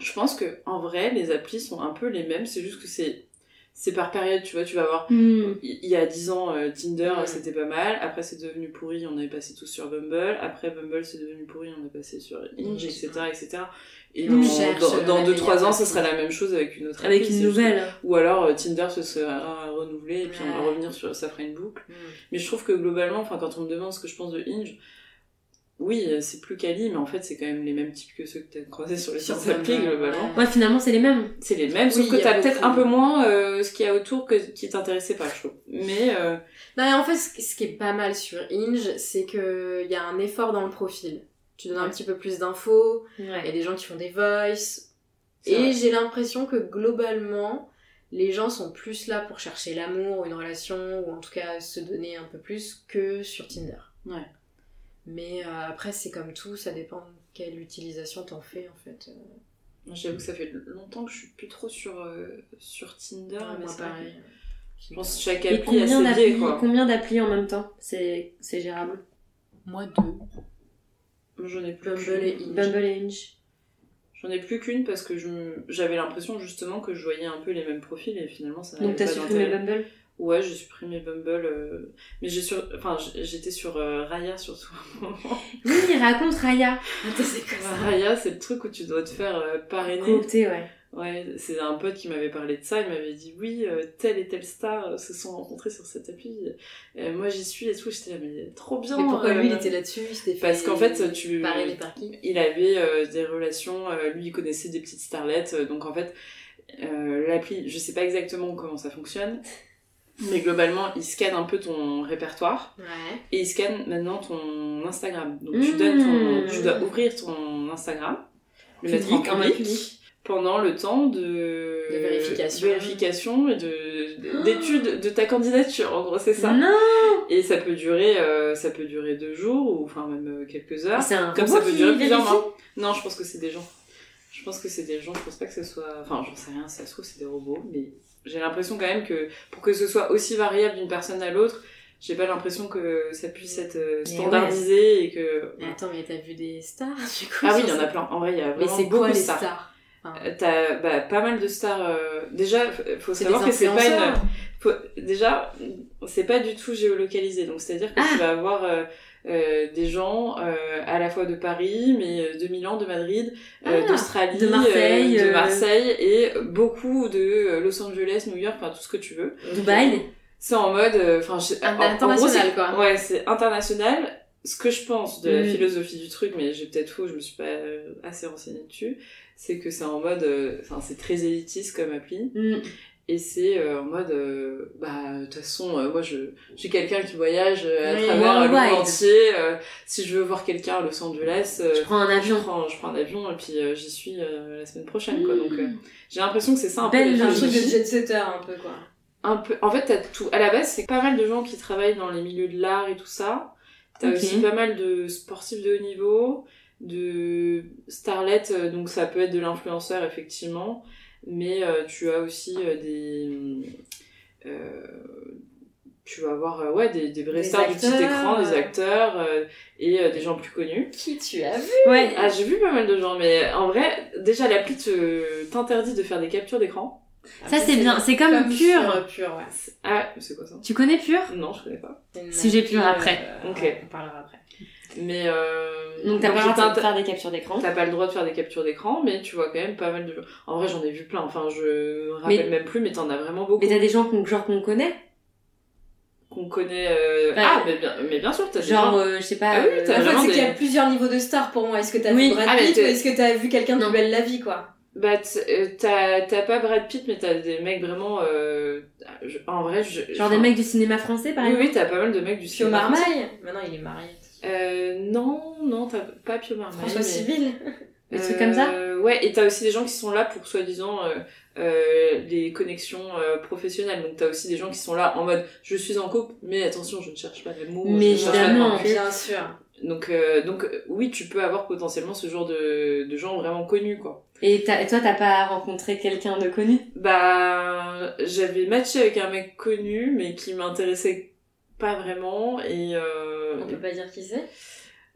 [SPEAKER 3] Je pense que en vrai, les applis sont un peu les mêmes, c'est juste que c'est c'est par période, tu vois, tu vas voir
[SPEAKER 2] Hmm.
[SPEAKER 3] il y a 10 ans euh, Tinder
[SPEAKER 1] Mm.
[SPEAKER 3] c'était pas mal, après c'est devenu pourri, on est passé tous sur Bumble, après Bumble c'est devenu pourri, on est passé sur Hinge,
[SPEAKER 1] Mm.
[SPEAKER 3] etc., etc. Et
[SPEAKER 2] Mm.
[SPEAKER 1] Cherche
[SPEAKER 3] dans- dans
[SPEAKER 1] la
[SPEAKER 3] 2-3 ans,
[SPEAKER 1] meilleure
[SPEAKER 3] ça sera la même chose avec une autre
[SPEAKER 2] Avec
[SPEAKER 3] appli,
[SPEAKER 2] une
[SPEAKER 3] c'est juste-
[SPEAKER 2] nouvelle.
[SPEAKER 3] Ou alors euh, Tinder se sera renouvelé et puis on va
[SPEAKER 1] Ouais.
[SPEAKER 3] revenir sur ça fera une boucle. Mais je trouve que globalement, enfin quand on me demande ce que je pense de Hinge, oui, euh, c'est plus quali, mais en fait c'est quand même les mêmes types que ceux que t'as croisés sur les
[SPEAKER 1] Sur
[SPEAKER 3] sites applis
[SPEAKER 1] Bumble,
[SPEAKER 3] globalement.
[SPEAKER 1] ouais.
[SPEAKER 2] Ouais, finalement, c'est les mêmes.
[SPEAKER 3] C'est les mêmes,
[SPEAKER 1] Oui,
[SPEAKER 3] sauf que
[SPEAKER 1] il y a
[SPEAKER 3] t'as peut-être
[SPEAKER 1] beaucoup.
[SPEAKER 3] un peu moins euh, ce qu'il y a autour que, qui t'intéressait pas, je trouve. Mais euh,
[SPEAKER 1] Non, mais en fait, ce ce qui est pas mal sur Inge, c'est qu'il y a un effort dans le profil. Tu donnes un
[SPEAKER 3] Ouais.
[SPEAKER 1] petit peu plus d'infos, il y a
[SPEAKER 2] Ouais.
[SPEAKER 1] des gens qui font des voices.
[SPEAKER 3] c'est
[SPEAKER 1] Et
[SPEAKER 3] vrai.
[SPEAKER 1] j'ai l'impression que globalement, les gens sont plus là pour chercher l'amour, une relation, ou en tout cas se donner un peu plus que sur Tinder.
[SPEAKER 3] Ouais.
[SPEAKER 1] Mais euh, après, c'est comme tout, ça dépend de quelle utilisation t'en fais en fait. Euh,
[SPEAKER 3] j'avoue que ça fait longtemps que je suis plus trop sur, euh, sur Tinder,
[SPEAKER 1] ouais,
[SPEAKER 3] mais
[SPEAKER 1] Ah, moi,
[SPEAKER 3] c'est vrai.
[SPEAKER 1] pareil.
[SPEAKER 3] Je pense que chaque
[SPEAKER 2] Et
[SPEAKER 3] appli a
[SPEAKER 2] combien
[SPEAKER 3] ses biais,
[SPEAKER 2] d'applis,
[SPEAKER 3] quoi.
[SPEAKER 2] combien d'applis en même temps C'est c'est gérable.
[SPEAKER 1] Moi, deux.
[SPEAKER 3] Moi, J'en ai plus
[SPEAKER 1] Bumble et
[SPEAKER 3] qu'une.
[SPEAKER 1] Inge.
[SPEAKER 2] Bumble et Hinge.
[SPEAKER 3] J'en ai plus qu'une parce que je- j'avais l'impression justement que je voyais un peu les mêmes profils et finalement ça n'avait
[SPEAKER 2] Donc t'as
[SPEAKER 3] pas
[SPEAKER 2] supprimé
[SPEAKER 3] d'intérêt.
[SPEAKER 2] Bumble
[SPEAKER 3] Ouais, j'ai supprimé Bumble, euh, mais j'ai sur... enfin, j'- j'étais sur euh, Raya surtout.
[SPEAKER 2] Oui, raconte Raya.
[SPEAKER 1] Attends, c'est quoi ça
[SPEAKER 3] Raya, c'est le truc où tu dois te faire euh, parrainer.
[SPEAKER 2] Coopté, ouais.
[SPEAKER 3] Ouais, c'est un pote qui m'avait parlé de ça, il m'avait dit oui, euh, telle et telle star euh, se sont rencontrées sur cette appli. Euh, moi j'y suis et tout, j'étais là, mais trop bien.
[SPEAKER 1] Mais pourquoi lui il
[SPEAKER 3] euh,
[SPEAKER 1] était là-dessus il s'était
[SPEAKER 3] Parce qu'en fait, tu...
[SPEAKER 1] Pareil, les parkings.
[SPEAKER 3] il avait euh, des relations, euh, lui il connaissait des petites starlettes, euh, donc en fait, euh, l'appli, je sais pas exactement comment ça fonctionne, mais globalement, il scanne un peu ton répertoire.
[SPEAKER 1] Ouais.
[SPEAKER 3] Et il scanne maintenant ton Instagram. Donc
[SPEAKER 2] Mmh.
[SPEAKER 3] tu, donnes ton- tu dois ouvrir ton Instagram, le
[SPEAKER 2] Public,
[SPEAKER 3] mettre en
[SPEAKER 2] en mode
[SPEAKER 3] public,
[SPEAKER 2] public.
[SPEAKER 3] pendant le temps de,
[SPEAKER 1] De vérification.
[SPEAKER 3] vérification et de- d'étude de ta candidature. En gros, c'est ça.
[SPEAKER 2] Oh. Non
[SPEAKER 3] Et ça peut durer, euh, ça peut durer deux jours ou enfin même euh, quelques heures.
[SPEAKER 2] C'est un
[SPEAKER 3] Comme ça
[SPEAKER 2] robot
[SPEAKER 3] peut
[SPEAKER 2] qui
[SPEAKER 3] durer plusieurs
[SPEAKER 2] vérifie.
[SPEAKER 3] mois. Non, je pense que c'est des gens. Je pense que c'est des gens. Je pense pas que ce soit. Enfin, j'en sais rien. Si ça se trouve, c'est des robots. Mais j'ai l'impression quand même que pour que ce soit aussi variable d'une personne à l'autre, j'ai pas l'impression que ça puisse être euh,
[SPEAKER 2] Mais
[SPEAKER 3] standardisé et que.
[SPEAKER 1] Mais attends, mais t'as vu des stars du coup
[SPEAKER 3] Ah
[SPEAKER 1] sur
[SPEAKER 3] oui, il y en
[SPEAKER 1] ça
[SPEAKER 3] a plein. En vrai, il y a
[SPEAKER 1] Mais
[SPEAKER 3] vraiment
[SPEAKER 1] c'est
[SPEAKER 3] beaucoup
[SPEAKER 1] quoi
[SPEAKER 3] de
[SPEAKER 1] les
[SPEAKER 3] stars.
[SPEAKER 1] stars Enfin,
[SPEAKER 3] Euh, T'as bah, pas mal de stars. euh, Déjà, f- faut
[SPEAKER 1] C'est
[SPEAKER 3] savoir
[SPEAKER 1] des
[SPEAKER 3] que c'est pas une.
[SPEAKER 1] influenceurs.
[SPEAKER 3] Faut- Déjà, c'est pas du tout géolocalisé, donc c'est-à-dire
[SPEAKER 2] Ah.
[SPEAKER 3] que tu vas avoir euh, euh, des gens euh, à la fois de Paris, mais euh, de Milan, de Madrid, euh,
[SPEAKER 2] Ah,
[SPEAKER 3] d'Australie,
[SPEAKER 2] de Marseille,
[SPEAKER 3] euh, de
[SPEAKER 2] euh.
[SPEAKER 3] Marseille et beaucoup de euh, Los Angeles, New York, enfin tout ce que tu veux.
[SPEAKER 2] Dubaï
[SPEAKER 3] C'est en mode, euh, enfin, je-
[SPEAKER 1] Un
[SPEAKER 3] en- en gros,
[SPEAKER 1] international,
[SPEAKER 3] c'est-
[SPEAKER 1] quoi.
[SPEAKER 3] Ouais, c'est international. Ce que je pense de la
[SPEAKER 2] Mm.
[SPEAKER 3] philosophie du truc, mais j'ai peut-être faux, je me suis pas euh, assez renseignée dessus, c'est que c'est en mode, euh, enfin, c'est très élitiste comme appli.
[SPEAKER 2] Hmm.
[SPEAKER 3] Et c'est euh, en mode, euh, bah, de toute façon, euh, moi, je, je suis quelqu'un qui voyage euh, à
[SPEAKER 1] Oui,
[SPEAKER 3] travers le
[SPEAKER 2] worldwide.
[SPEAKER 3] monde entier. euh, si je veux voir quelqu'un à Los Angeles, euh,
[SPEAKER 2] Je prends un
[SPEAKER 3] je,
[SPEAKER 2] avion.
[SPEAKER 3] prends, je prends un avion et puis euh, j'y suis euh, la semaine prochaine, quoi. Donc, euh, j'ai l'impression que c'est ça un
[SPEAKER 2] Belle
[SPEAKER 3] peu. la
[SPEAKER 2] Un
[SPEAKER 1] Un
[SPEAKER 2] truc
[SPEAKER 1] truc
[SPEAKER 2] de
[SPEAKER 1] de
[SPEAKER 3] philosophie.
[SPEAKER 1] jet setter un peu quoi.
[SPEAKER 3] Un peu. En fait, t'as tout. À la base, c'est pas mal de gens qui travaillent dans les milieux de l'art et tout ça. T'as
[SPEAKER 2] Ok.
[SPEAKER 3] aussi pas mal de sportifs de haut niveau, de starlettes, euh, donc ça peut être de l'influenceur effectivement, mais euh, tu as aussi euh, des. euh, tu vas avoir euh, ouais, des, des vrais
[SPEAKER 1] Des
[SPEAKER 3] stars du petit
[SPEAKER 1] acteurs,
[SPEAKER 3] écran, des
[SPEAKER 1] euh.
[SPEAKER 3] acteurs euh, et euh, des gens plus connus.
[SPEAKER 1] Qui tu as vu
[SPEAKER 2] Ouais.
[SPEAKER 3] Ah, j'ai vu pas mal de gens, mais en vrai, déjà l'appli te- t'interdit de faire des captures d'écran.
[SPEAKER 2] Ça, c'est bien. C'est comme, Pure.
[SPEAKER 3] euh,
[SPEAKER 1] Pure, pure, ouais.
[SPEAKER 3] Ah, c'est quoi ça
[SPEAKER 2] Tu connais Pure
[SPEAKER 3] Non, je connais pas.
[SPEAKER 1] C'est une
[SPEAKER 2] Sujet
[SPEAKER 1] appli,
[SPEAKER 2] pur après.
[SPEAKER 1] euh,
[SPEAKER 3] Ok.
[SPEAKER 1] On parlera après.
[SPEAKER 3] Mais euh,
[SPEAKER 2] Donc t'as
[SPEAKER 3] donc
[SPEAKER 2] pas le droit de
[SPEAKER 3] t'as-
[SPEAKER 2] faire des captures d'écran.
[SPEAKER 3] t'as pas le droit de faire des captures d'écran, mais tu vois quand même pas mal de. En vrai, j'en ai vu plein. Enfin, je me rappelle
[SPEAKER 2] Mais-
[SPEAKER 3] même plus, mais t'en as vraiment beaucoup
[SPEAKER 2] Mais t'as des gens qu'on, genre qu'on connaît.
[SPEAKER 3] qu'on connaît. euh,
[SPEAKER 2] Bah,
[SPEAKER 3] ah, mais bien, mais bien sûr, t'as
[SPEAKER 2] Genre,
[SPEAKER 3] des gens.
[SPEAKER 2] euh, je sais pas.
[SPEAKER 3] Ah oui,
[SPEAKER 2] euh,
[SPEAKER 3] t'as
[SPEAKER 1] En fait,
[SPEAKER 3] vraiment
[SPEAKER 1] c'est
[SPEAKER 3] des-
[SPEAKER 1] qu'il y a plusieurs niveaux de stars pour moi. Est-ce que t'as
[SPEAKER 2] Oui.
[SPEAKER 1] vu Brad
[SPEAKER 3] Ah, mais
[SPEAKER 1] Pitt
[SPEAKER 3] t'es-
[SPEAKER 1] ou est-ce que t'as vu quelqu'un de
[SPEAKER 2] Non.
[SPEAKER 1] plus belle la vie quoi
[SPEAKER 3] Bah, t- euh, t'as t'as pas Brad Pitt, mais t'as des mecs vraiment. euh, je- En vrai, je...
[SPEAKER 2] genre des mecs du cinéma français, par
[SPEAKER 3] Oui,
[SPEAKER 2] exemple.
[SPEAKER 3] oui, t'as pas mal de mecs du
[SPEAKER 1] Pio
[SPEAKER 3] cinéma
[SPEAKER 1] Marmaille Maintenant il est marié.
[SPEAKER 3] Euh, non, non, t'as pas Pio Marmaille.
[SPEAKER 1] François
[SPEAKER 3] mais-
[SPEAKER 1] Civil
[SPEAKER 2] Des trucs comme ça
[SPEAKER 3] Euh, Ouais, et t'as aussi des gens qui sont là pour soi-disant euh, euh, les connexions euh, professionnelles. Donc t'as aussi des gens qui sont là en mode je suis en couple, mais attention, je ne cherche pas d'amour.
[SPEAKER 2] Mais
[SPEAKER 3] je ne cherche pas de
[SPEAKER 2] évidemment.
[SPEAKER 3] concu.
[SPEAKER 1] Bien sûr.
[SPEAKER 3] Donc, euh, donc euh, oui, tu peux avoir potentiellement ce genre de, de gens vraiment connus, quoi.
[SPEAKER 2] Et, t'as- et toi, t'as pas rencontré quelqu'un de connu
[SPEAKER 3] Bah, j'avais matché avec un mec connu, mais qui m'intéressait pas vraiment. Et, euh,
[SPEAKER 2] On peut pas dire qui c'est.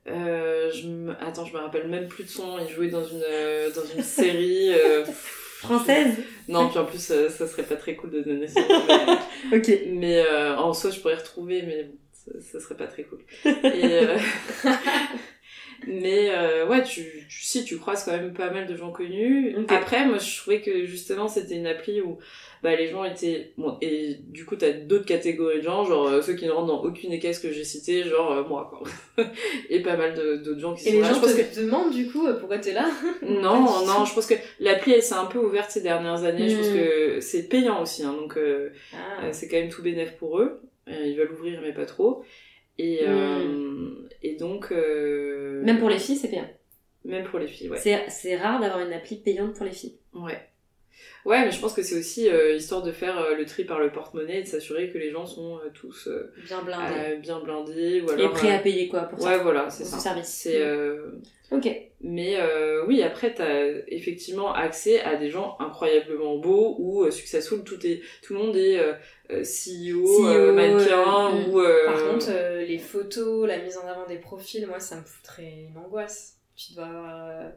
[SPEAKER 3] euh, je me- attends, je me rappelle même plus de son nom. Il jouait dans une, euh, dans une série. euh,
[SPEAKER 2] Française
[SPEAKER 3] Non, puis en plus, euh, ça serait pas très cool de donner son nom. mais-
[SPEAKER 2] Ok.
[SPEAKER 3] Mais euh, en soi, je pourrais retrouver, mais bon, ça, ça serait pas très cool. Et, euh, mais euh, ouais, tu, tu- si, tu croises quand même pas mal de gens connus.
[SPEAKER 2] Ok.
[SPEAKER 3] Après, moi, je trouvais que justement, c'était une appli où bah, les gens étaient. Bon, et du coup, t'as d'autres catégories de gens, genre euh, ceux qui ne rentrent dans aucune des cases que j'ai citées, genre euh, moi, quoi. et pas mal de- d'autres gens qui
[SPEAKER 1] Et
[SPEAKER 3] sont
[SPEAKER 1] les
[SPEAKER 3] là.
[SPEAKER 1] gens
[SPEAKER 3] Je pense
[SPEAKER 1] te
[SPEAKER 3] que-
[SPEAKER 1] demandent du coup euh, pourquoi t'es là. Pas
[SPEAKER 3] Non,
[SPEAKER 1] du
[SPEAKER 3] non, je pense que l'appli, elle s'est un peu ouverte ces dernières années. Je pense
[SPEAKER 2] Mm.
[SPEAKER 3] que c'est payant aussi, hein, donc. euh,
[SPEAKER 1] Ah.
[SPEAKER 3] euh, c'est quand même tout bénéf pour eux. Euh, ils veulent ouvrir, mais pas trop. Et, euh, et donc. euh,
[SPEAKER 2] Hmm. Même pour les filles, c'est payant.
[SPEAKER 3] Même pour les filles, ouais.
[SPEAKER 2] C'est- C'est rare d'avoir une appli payante pour les filles.
[SPEAKER 3] Ouais. Ouais, mais je pense que c'est aussi euh, histoire de faire euh, le tri par le porte-monnaie et de s'assurer que les gens sont euh, tous euh,
[SPEAKER 1] Bien blindé.
[SPEAKER 3] euh, bien blindés. Ou alors,
[SPEAKER 2] et prêt
[SPEAKER 3] euh,
[SPEAKER 2] à payer quoi pour
[SPEAKER 3] Ouais, voilà, c'est
[SPEAKER 2] Pour
[SPEAKER 3] ça.
[SPEAKER 2] ce service. Hmm.
[SPEAKER 3] C'est. euh,
[SPEAKER 2] Ok.
[SPEAKER 3] Mais euh, oui, après, t'as effectivement accès à des gens incroyablement beaux ou euh, successful. Tout, est, tout le monde est euh, euh, CEO, euh,
[SPEAKER 2] CEO,
[SPEAKER 3] mannequin
[SPEAKER 2] euh,
[SPEAKER 3] ou. euh,
[SPEAKER 1] Par contre, euh, les photos, la mise en avant des profils, moi, ça me foutrait une angoisse. Tu dois avoir euh,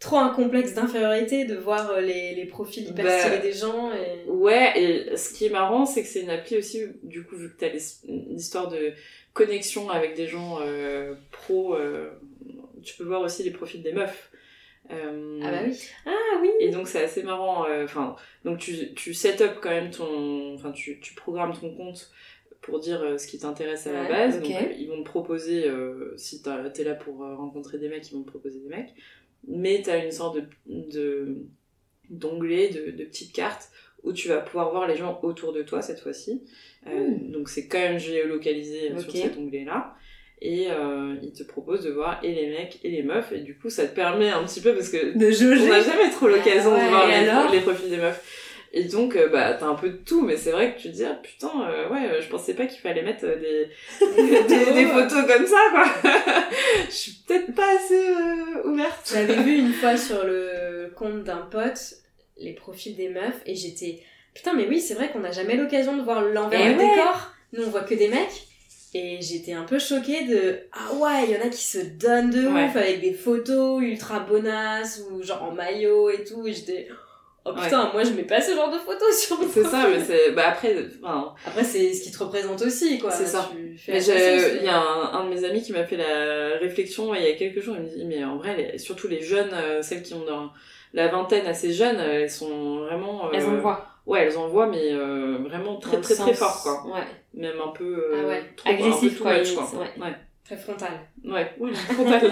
[SPEAKER 1] trop un complexe d'infériorité de voir euh, les, les profils hyper
[SPEAKER 3] Bah,
[SPEAKER 1] stylés des gens. Et...
[SPEAKER 3] Ouais, et ce qui est marrant, c'est que c'est une appli aussi, du coup, vu que t'as les- une histoire de connexion avec des gens euh, pro, euh, tu peux voir aussi les profils des meufs. Euh,
[SPEAKER 2] Ah bah oui. Ah oui.
[SPEAKER 3] Et donc c'est assez marrant, euh, enfin, donc tu, tu set up quand même ton, enfin, tu, tu programmes ton compte pour dire euh, ce qui t'intéresse à la
[SPEAKER 1] Ouais,
[SPEAKER 3] base.
[SPEAKER 2] ok.
[SPEAKER 3] Donc, euh, ils vont te proposer, euh, si t'as- t'es là pour euh, rencontrer des mecs, ils vont te proposer des mecs. Mais t'as une sorte de, de, d'onglet, de, de petite carte où tu vas pouvoir voir les gens autour de toi cette fois-ci. Euh, Donc c'est quand même géolocalisé euh, sur
[SPEAKER 2] Hmm. Ok.
[SPEAKER 3] cet onglet-là. Et euh, ils te proposent de voir et les mecs et les meufs. Et du coup, ça te permet un petit peu, parce que
[SPEAKER 2] De
[SPEAKER 3] on n'a
[SPEAKER 2] jauger.
[SPEAKER 3] jamais trop l'occasion
[SPEAKER 2] Ah ouais,
[SPEAKER 3] de voir
[SPEAKER 2] et alors
[SPEAKER 3] les, les profils des meufs. Et donc, euh, bah, t'as un peu de tout, mais c'est vrai que tu te dis, ah, putain, euh, ouais, euh, je pensais pas qu'il fallait mettre euh, des, des, des photos comme ça, quoi. je suis peut-être pas assez euh, ouverte.
[SPEAKER 1] J'avais vu une fois sur le compte d'un pote les profils des meufs et j'étais putain mais oui c'est vrai qu'on n'a jamais l'occasion de voir l'envers
[SPEAKER 2] Eh
[SPEAKER 1] du
[SPEAKER 2] ouais.
[SPEAKER 1] décor. Nous on voit que des mecs et j'étais un peu choquée de ah ouais il y en a qui se donnent de
[SPEAKER 3] Ouais.
[SPEAKER 1] ouf avec des photos ultra bonasses ou genre en maillot et tout et j'étais oh putain moi je mets pas ce genre de photos sur mon
[SPEAKER 3] C'est ça,
[SPEAKER 1] profil.
[SPEAKER 3] mais c'est, bah après, enfin,
[SPEAKER 1] Après c'est ce qui te représente aussi quoi.
[SPEAKER 3] C'est ça.
[SPEAKER 1] Tu fais
[SPEAKER 3] mais
[SPEAKER 1] attention,
[SPEAKER 3] j'ai- euh,
[SPEAKER 1] c'est-
[SPEAKER 3] il y a un, un de mes amis qui m'a fait la réflexion ouais, il y a quelques jours, il me dit, mais en vrai, les- surtout les jeunes, euh, celles qui ont dans la vingtaine assez jeunes, euh, elles sont vraiment, euh,
[SPEAKER 2] Elles en voient.
[SPEAKER 3] ouais, elles en voient, mais euh, vraiment très
[SPEAKER 2] Dans le
[SPEAKER 3] très très
[SPEAKER 2] sens-
[SPEAKER 3] fort, quoi.
[SPEAKER 2] Ouais.
[SPEAKER 3] même un peu euh,
[SPEAKER 1] Ah ouais.
[SPEAKER 3] trop,
[SPEAKER 2] Agressif,
[SPEAKER 3] un peu too
[SPEAKER 2] quoi,
[SPEAKER 3] much,
[SPEAKER 2] limite,
[SPEAKER 3] quoi.
[SPEAKER 2] ouais.
[SPEAKER 3] ouais
[SPEAKER 1] très frontal.
[SPEAKER 3] ouais Ouh, frontal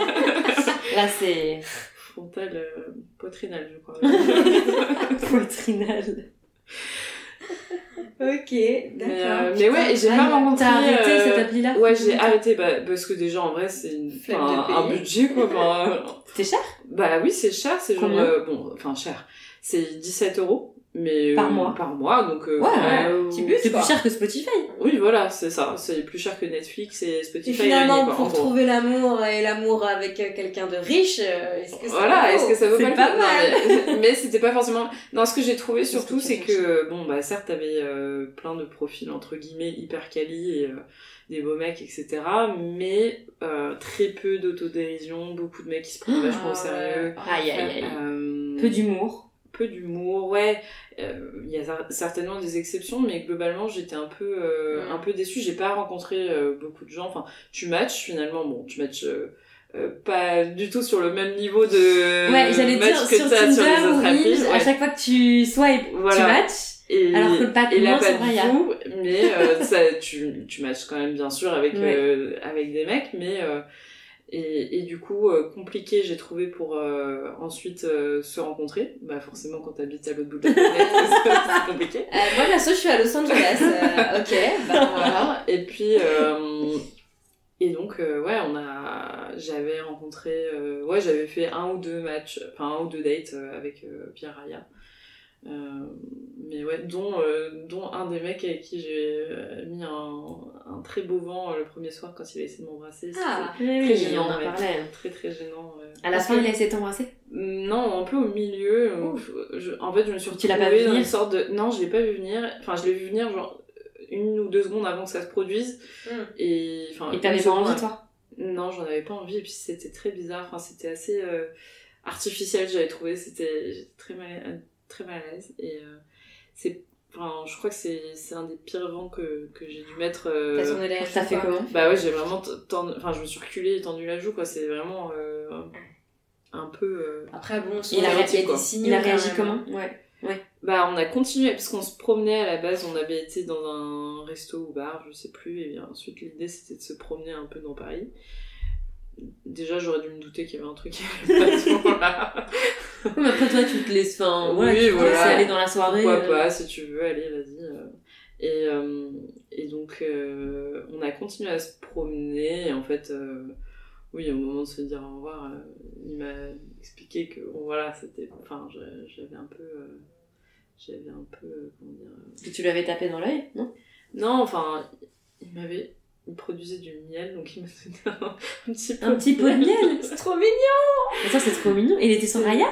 [SPEAKER 2] Là, c'est
[SPEAKER 3] frontal euh, poitrinal je crois euh,
[SPEAKER 2] poitrinal.
[SPEAKER 1] Ok
[SPEAKER 3] mais,
[SPEAKER 1] d'accord.
[SPEAKER 3] euh, mais ouais et j'ai
[SPEAKER 2] Ah,
[SPEAKER 3] pas rencontré
[SPEAKER 2] T'as arrêté
[SPEAKER 3] euh,
[SPEAKER 2] cette appli-là
[SPEAKER 3] ouais j'ai arrêté bah, parce que déjà en vrai c'est une-
[SPEAKER 1] Flemme
[SPEAKER 3] enfin,
[SPEAKER 1] de
[SPEAKER 3] un
[SPEAKER 1] payer.
[SPEAKER 3] budget quoi enfin, euh,
[SPEAKER 2] C'était cher
[SPEAKER 3] bah oui c'est cher c'est genre
[SPEAKER 2] Combien
[SPEAKER 3] euh, bon enfin cher c'est 17 euros mais euh,
[SPEAKER 2] Par mois.
[SPEAKER 3] par mois donc euh,
[SPEAKER 2] Ouais,
[SPEAKER 3] euh,
[SPEAKER 1] petit but.
[SPEAKER 2] C'est
[SPEAKER 1] quoi.
[SPEAKER 2] plus cher que Spotify.
[SPEAKER 3] oui voilà c'est ça c'est plus cher que Netflix et Spotify
[SPEAKER 1] Et
[SPEAKER 3] réunis,
[SPEAKER 1] finalement,
[SPEAKER 3] quoi, en
[SPEAKER 1] pour
[SPEAKER 3] gros.
[SPEAKER 1] trouver l'amour et l'amour avec euh, quelqu'un de riche, euh, est-ce que ça
[SPEAKER 3] Voilà,
[SPEAKER 1] vaut
[SPEAKER 3] est-ce que ça vaut pas
[SPEAKER 1] C'est
[SPEAKER 3] le
[SPEAKER 1] pas
[SPEAKER 3] coup
[SPEAKER 1] mal.
[SPEAKER 3] Non, mais, mais c'était pas forcément. Non, ce que j'ai trouvé
[SPEAKER 2] Qu'est-ce
[SPEAKER 3] surtout,
[SPEAKER 2] que tu
[SPEAKER 3] c'est que bon, bah certes, t'avais euh, plein de profils entre guillemets hyper quali et euh, des beaux mecs, etc. Mais euh, très peu d'autodérision, beaucoup de mecs qui se prennent vachement au
[SPEAKER 1] Ah
[SPEAKER 3] sérieux.
[SPEAKER 2] Aïe, aïe, aïe.
[SPEAKER 3] Euh,
[SPEAKER 2] Peu d'humour.
[SPEAKER 3] peu d'humour, ouais. Euh, Il y a cer- certainement des exceptions, mais globalement, j'étais un peu, euh,
[SPEAKER 1] Mm.
[SPEAKER 3] un peu déçue. J'ai pas rencontré euh, beaucoup de gens. Enfin, tu matches finalement, bon, tu matches euh, euh, pas du tout sur le même niveau de
[SPEAKER 2] ouais, j'allais
[SPEAKER 3] euh, match
[SPEAKER 2] dire
[SPEAKER 3] que
[SPEAKER 2] sur
[SPEAKER 3] t'as
[SPEAKER 2] Tinder
[SPEAKER 3] les
[SPEAKER 2] ou
[SPEAKER 3] autres applis,
[SPEAKER 2] Reels, à
[SPEAKER 3] ouais.
[SPEAKER 2] chaque fois que tu swipes, tu
[SPEAKER 3] Voilà.
[SPEAKER 2] matches.
[SPEAKER 3] Et,
[SPEAKER 2] alors que le pack,
[SPEAKER 3] et là,
[SPEAKER 2] non,
[SPEAKER 3] pas
[SPEAKER 2] c'est
[SPEAKER 3] du
[SPEAKER 2] vrai, il y a-
[SPEAKER 3] tout, mais euh, ça, tu, tu matches quand même bien sûr avec,
[SPEAKER 2] Ouais.
[SPEAKER 3] euh, avec des mecs, mais. euh, et, et du coup, euh, compliqué, j'ai trouvé pour euh, ensuite euh, se rencontrer. Bah, forcément, quand t'habites à l'autre bout de la planète, c'est compliqué.
[SPEAKER 1] Euh, moi, perso, je suis à Los Angeles. euh, ok, euh, bah,
[SPEAKER 3] Voilà. Et puis, euh, Et donc, euh, ouais, on a, j'avais rencontré, euh, ouais, j'avais fait un ou deux matchs, enfin un ou deux dates euh, avec euh, Pierre Raya. Euh, mais ouais, dont, euh, dont un des mecs avec qui j'ai euh, mis un, un très beau vent euh, le premier soir quand il a essayé de m'embrasser. C'était
[SPEAKER 1] Ah,
[SPEAKER 3] très gênant,
[SPEAKER 2] on en
[SPEAKER 3] ouais.
[SPEAKER 2] parlait.
[SPEAKER 3] très très gênant. euh. ouais.
[SPEAKER 2] À la
[SPEAKER 3] Parce
[SPEAKER 2] fin,
[SPEAKER 3] que-
[SPEAKER 2] il a essayé de t'embrasser.
[SPEAKER 3] Non, un peu au milieu. donc, je- en fait, je me suis
[SPEAKER 2] Tu l'as pas
[SPEAKER 3] retrouvée
[SPEAKER 2] vu
[SPEAKER 3] dans une
[SPEAKER 2] venir
[SPEAKER 3] sorte de. Non, je l'ai pas vu venir. Enfin, je l'ai vu venir genre une ou deux secondes avant que ça se produise.
[SPEAKER 1] Mm.
[SPEAKER 3] Et enfin.
[SPEAKER 2] Hmm. Et
[SPEAKER 3] une
[SPEAKER 2] t'avais pas
[SPEAKER 3] seconde,
[SPEAKER 2] envie,
[SPEAKER 3] ouais.
[SPEAKER 2] toi
[SPEAKER 3] Non, j'en avais pas envie. Et puis c'était très bizarre. Enfin, c'était assez euh, artificiel. J'avais trouvé. C'était j'étais très mal, euh, très mal à l'aise. Et euh, c'est. Enfin, je crois que c'est c'est un des pires vents que, que j'ai dû mettre. euh,
[SPEAKER 1] T'as tourné la
[SPEAKER 2] T'as
[SPEAKER 1] joue,
[SPEAKER 2] fait
[SPEAKER 1] quoi.
[SPEAKER 2] comment
[SPEAKER 3] bah ouais, j'ai vraiment t- tendu- enfin je me suis reculée et tendu la joue quoi, c'est vraiment euh, un peu euh,
[SPEAKER 1] Après, bon, on se
[SPEAKER 3] Il
[SPEAKER 1] rend
[SPEAKER 3] a
[SPEAKER 1] compte
[SPEAKER 3] réagi,
[SPEAKER 1] qu'il y a
[SPEAKER 3] quoi.
[SPEAKER 1] des signaux.
[SPEAKER 2] Il a
[SPEAKER 1] quand
[SPEAKER 2] réagi
[SPEAKER 1] même.
[SPEAKER 2] comment Ouais.
[SPEAKER 3] bah on a continué parce qu'on se promenait à la base, on avait été dans un resto ou bar, je sais plus et bien ensuite l'idée c'était de se promener un peu dans Paris. Déjà, j'aurais dû me douter qu'il y avait un truc qui allait pas à ce moment-là.
[SPEAKER 2] Mais après, toi, tu te laisses. Enfin, voilà,
[SPEAKER 3] Oui,
[SPEAKER 2] tu te laisses
[SPEAKER 3] voilà.
[SPEAKER 2] aller dans la soirée.
[SPEAKER 3] Pourquoi
[SPEAKER 2] euh,
[SPEAKER 3] pas, si tu veux, allez, vas-y. euh. Et, euh, et donc, euh, on a continué à se promener. Et en fait, euh, oui, au moment de se dire au revoir, euh, il m'a expliqué que, bon, voilà, c'était. Enfin, je- j'avais un peu. euh, j'avais un peu. euh, comment dire. euh,
[SPEAKER 2] Que tu lui avais tapé dans l'œil, non
[SPEAKER 3] Non, enfin, il m'avait. Il produisait du miel, donc il m'a donné un, un petit peu.
[SPEAKER 2] Un petit pot de miel
[SPEAKER 1] C'est trop mignon
[SPEAKER 2] Mais ça, c'est trop mignon. Il était sans Raya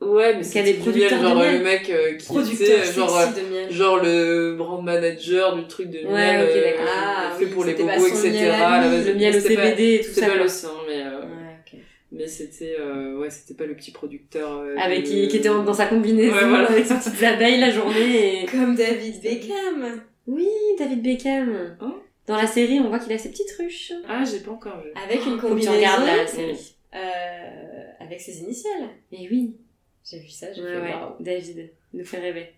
[SPEAKER 3] Ouais, mais
[SPEAKER 2] Qu'il y a
[SPEAKER 3] c'était
[SPEAKER 2] des
[SPEAKER 3] du miel,
[SPEAKER 2] producteurs de
[SPEAKER 3] genre euh,
[SPEAKER 2] miel.
[SPEAKER 3] le mec euh, qui
[SPEAKER 1] Producteur
[SPEAKER 3] était,
[SPEAKER 1] sexy
[SPEAKER 3] genre. euh,
[SPEAKER 1] de miel.
[SPEAKER 3] genre le brand manager du truc de
[SPEAKER 2] Ouais,
[SPEAKER 3] miel
[SPEAKER 2] ok,
[SPEAKER 3] euh,
[SPEAKER 2] d'accord.
[SPEAKER 1] Ah,
[SPEAKER 3] fait
[SPEAKER 1] oui,
[SPEAKER 3] pour les
[SPEAKER 1] c'était pas
[SPEAKER 3] bobos,
[SPEAKER 1] son
[SPEAKER 3] etc.
[SPEAKER 1] miel à
[SPEAKER 3] à la
[SPEAKER 1] lui,
[SPEAKER 3] base,
[SPEAKER 2] Le miel au
[SPEAKER 3] c'était pas-
[SPEAKER 2] CBD et tout
[SPEAKER 3] C'était
[SPEAKER 2] ça.
[SPEAKER 3] pas
[SPEAKER 2] quoi.
[SPEAKER 3] le sien, mais, euh,
[SPEAKER 1] Ouais, ok.
[SPEAKER 3] mais c'était euh, ouais, c'était pas le petit producteur. euh,
[SPEAKER 2] Avec
[SPEAKER 3] de-
[SPEAKER 2] Ah, qui, qui était en- dans sa combinaison,
[SPEAKER 3] Ouais, voilà.
[SPEAKER 2] avec ses petites abeilles la journée. Et...
[SPEAKER 1] Comme David Beckham
[SPEAKER 2] Oui, David Beckham.
[SPEAKER 3] Hein
[SPEAKER 2] Oh. dans la série, on voit qu'il a ses petites ruches.
[SPEAKER 3] Ah, j'ai pas encore vu.
[SPEAKER 1] avec une
[SPEAKER 2] Faut que tu
[SPEAKER 1] combinaison
[SPEAKER 2] regardes la série.
[SPEAKER 1] euh, avec ses initiales.
[SPEAKER 2] Mais oui,
[SPEAKER 1] J'ai vu ça, j'ai
[SPEAKER 2] ouais,
[SPEAKER 1] fait
[SPEAKER 2] ouais,
[SPEAKER 1] waouh.
[SPEAKER 2] David nous fait rêver.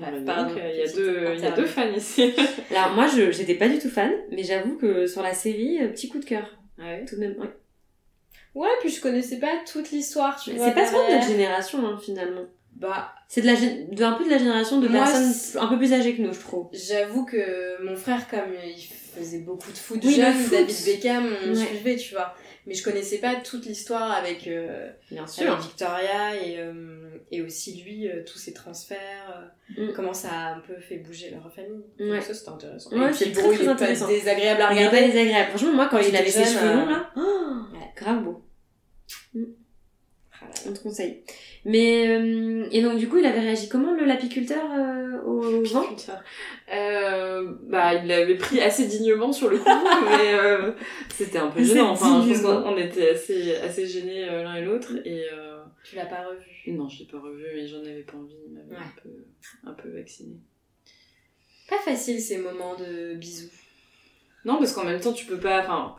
[SPEAKER 3] Ah, bah,
[SPEAKER 1] pardon,
[SPEAKER 3] donc, euh, Il y a
[SPEAKER 1] petite
[SPEAKER 3] deux, il y a deux
[SPEAKER 1] interlude.
[SPEAKER 3] fans ici.
[SPEAKER 2] Alors moi, je j'étais pas du tout fan, mais j'avoue que sur la série, euh, petit coup de cœur,
[SPEAKER 3] ouais.
[SPEAKER 2] tout de même. ouais.
[SPEAKER 1] Ouais, puis je connaissais pas toute l'histoire, tu vois.
[SPEAKER 2] C'est pas trop de
[SPEAKER 1] derrière.
[SPEAKER 2] notre génération hein, finalement.
[SPEAKER 1] Bah,
[SPEAKER 2] C'est de la gé- de, un peu de la génération de
[SPEAKER 1] Moi, c'est-
[SPEAKER 2] personnes un peu plus âgées que nous, je trouve.
[SPEAKER 1] j'avoue que mon frère, comme il faisait beaucoup de foot
[SPEAKER 2] Oui, le
[SPEAKER 1] jeune,
[SPEAKER 2] foot.
[SPEAKER 1] David Beckham, on
[SPEAKER 2] Ouais.
[SPEAKER 1] suivait, tu vois. Mais je connaissais pas toute l'histoire avec, euh,
[SPEAKER 2] Bien
[SPEAKER 1] avec Victoria et, euh, et aussi lui, euh, tous ses transferts, euh,
[SPEAKER 2] Mm.
[SPEAKER 1] comment ça a un peu fait bouger leur famille.
[SPEAKER 2] Ouais.
[SPEAKER 1] Donc ça, c'était intéressant.
[SPEAKER 2] Ouais,
[SPEAKER 1] Et
[SPEAKER 2] c'est
[SPEAKER 1] puis,
[SPEAKER 2] très,
[SPEAKER 1] gros,
[SPEAKER 2] très
[SPEAKER 1] il est
[SPEAKER 2] intéressant. ben-
[SPEAKER 1] pas désagréable à
[SPEAKER 2] Il est
[SPEAKER 1] regarder.
[SPEAKER 2] pas désagréable. Franchement, moi, quand
[SPEAKER 1] Quand
[SPEAKER 2] il avait
[SPEAKER 1] j'étais
[SPEAKER 2] ses
[SPEAKER 1] jeune,
[SPEAKER 2] cheveux longs,
[SPEAKER 1] euh,
[SPEAKER 2] là, oh,
[SPEAKER 1] ouais.
[SPEAKER 2] grave beau.
[SPEAKER 3] Mm.
[SPEAKER 1] Ah là là.
[SPEAKER 2] On te conseille. Mais, euh, et donc, du coup, il avait réagi comment, le l'apiculteur, euh, au vent
[SPEAKER 3] Putain. Euh, bah, il l'avait pris assez dignement sur le coup, mais euh, c'était un peu
[SPEAKER 2] Assez
[SPEAKER 3] gênant. Enfin, je pense
[SPEAKER 2] dignement.
[SPEAKER 3] qu'on était assez, assez gênés euh, l'un et l'autre. Et euh,
[SPEAKER 1] Tu l'as pas revu.
[SPEAKER 3] non, je l'ai pas revu, mais j'en avais pas envie. Il m'avait un, peu, un peu vacciné.
[SPEAKER 1] Pas facile ces moments de bisous.
[SPEAKER 3] Non, parce qu'en même temps, tu peux pas. Enfin,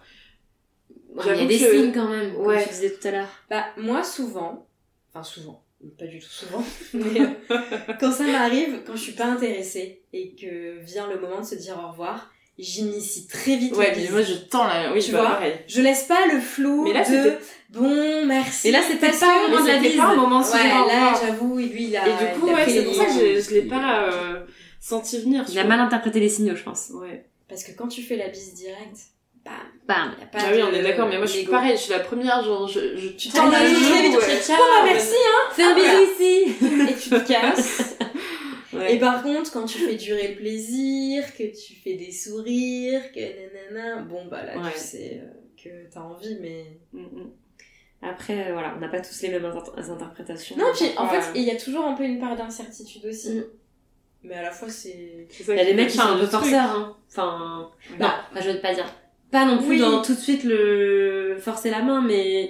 [SPEAKER 2] Ouais, Il y a
[SPEAKER 3] J'avoue
[SPEAKER 2] des
[SPEAKER 3] que-
[SPEAKER 2] signes, quand même, comme
[SPEAKER 3] Ouais.
[SPEAKER 2] tu disais tout à l'heure.
[SPEAKER 1] Bah, moi, souvent, enfin, souvent, pas du tout souvent, mais euh, quand ça m'arrive, quand je suis pas intéressée et que vient le moment de se dire au revoir, j'initie très vite
[SPEAKER 3] ouais,
[SPEAKER 1] le
[SPEAKER 3] mais
[SPEAKER 1] bisou.
[SPEAKER 3] moi je tends là. Oui,
[SPEAKER 1] Tu
[SPEAKER 3] bah,
[SPEAKER 1] vois
[SPEAKER 3] pareil.
[SPEAKER 1] Je laisse pas le flou
[SPEAKER 3] Mais là,
[SPEAKER 1] de
[SPEAKER 3] c'était-
[SPEAKER 1] bon, merci.
[SPEAKER 2] Mais là, c'était
[SPEAKER 1] parce
[SPEAKER 2] pas
[SPEAKER 1] que-
[SPEAKER 2] le moment de la
[SPEAKER 3] C'était
[SPEAKER 2] bise.
[SPEAKER 3] pas un moment oh, super
[SPEAKER 1] Ouais, là,
[SPEAKER 3] rare.
[SPEAKER 1] j'avoue, lui, il a.
[SPEAKER 3] Et du coup,
[SPEAKER 1] il a
[SPEAKER 3] ouais,
[SPEAKER 1] pris
[SPEAKER 3] c'est
[SPEAKER 1] les
[SPEAKER 3] pour ça que je, je l'ai
[SPEAKER 1] devants.
[SPEAKER 3] pas euh, senti venir. tu
[SPEAKER 2] Il a
[SPEAKER 3] vois.
[SPEAKER 2] mal interprété les signaux, je pense.
[SPEAKER 3] Ouais.
[SPEAKER 1] Parce que quand tu fais la bise directe, bam,
[SPEAKER 2] Bam.
[SPEAKER 1] y a pas
[SPEAKER 3] Ah oui,
[SPEAKER 1] de-
[SPEAKER 3] on est d'accord, mais moi je suis
[SPEAKER 1] d'ego.
[SPEAKER 3] pareil, je suis la première, genre je, je tu
[SPEAKER 1] T'en
[SPEAKER 3] tends la
[SPEAKER 1] as
[SPEAKER 3] joue.
[SPEAKER 1] juste envie de
[SPEAKER 3] ouais.
[SPEAKER 1] dire ciao, bah, merci,
[SPEAKER 2] Fais un bisou ici
[SPEAKER 1] hein, et tu te casses.
[SPEAKER 3] Ouais.
[SPEAKER 1] Et par contre, quand tu fais durer le plaisir, que tu fais des sourires, que nanana, bon bah là
[SPEAKER 3] Ouais.
[SPEAKER 1] tu sais euh, que t'as envie, mais.
[SPEAKER 3] Mm, mm.
[SPEAKER 2] Après, euh, voilà, on n'a pas tous les mêmes int- interprétations.
[SPEAKER 1] Non, puis en
[SPEAKER 3] Ouais.
[SPEAKER 1] fait, il y a toujours un peu une part d'incertitude aussi.
[SPEAKER 2] Mm.
[SPEAKER 1] Mais à la fois, c'est.
[SPEAKER 3] C'est ça
[SPEAKER 2] Il y a
[SPEAKER 3] qui
[SPEAKER 2] des
[SPEAKER 3] fait
[SPEAKER 2] mecs qui
[SPEAKER 3] faire
[SPEAKER 2] sont un
[SPEAKER 3] le
[SPEAKER 2] peu
[SPEAKER 3] truc.
[SPEAKER 2] forceurs, hein. Enfin, non,
[SPEAKER 3] Bah,
[SPEAKER 2] enfin, je veux pas dire. Pas non plus
[SPEAKER 1] Oui.
[SPEAKER 2] dans tout de suite le forcer la main, mais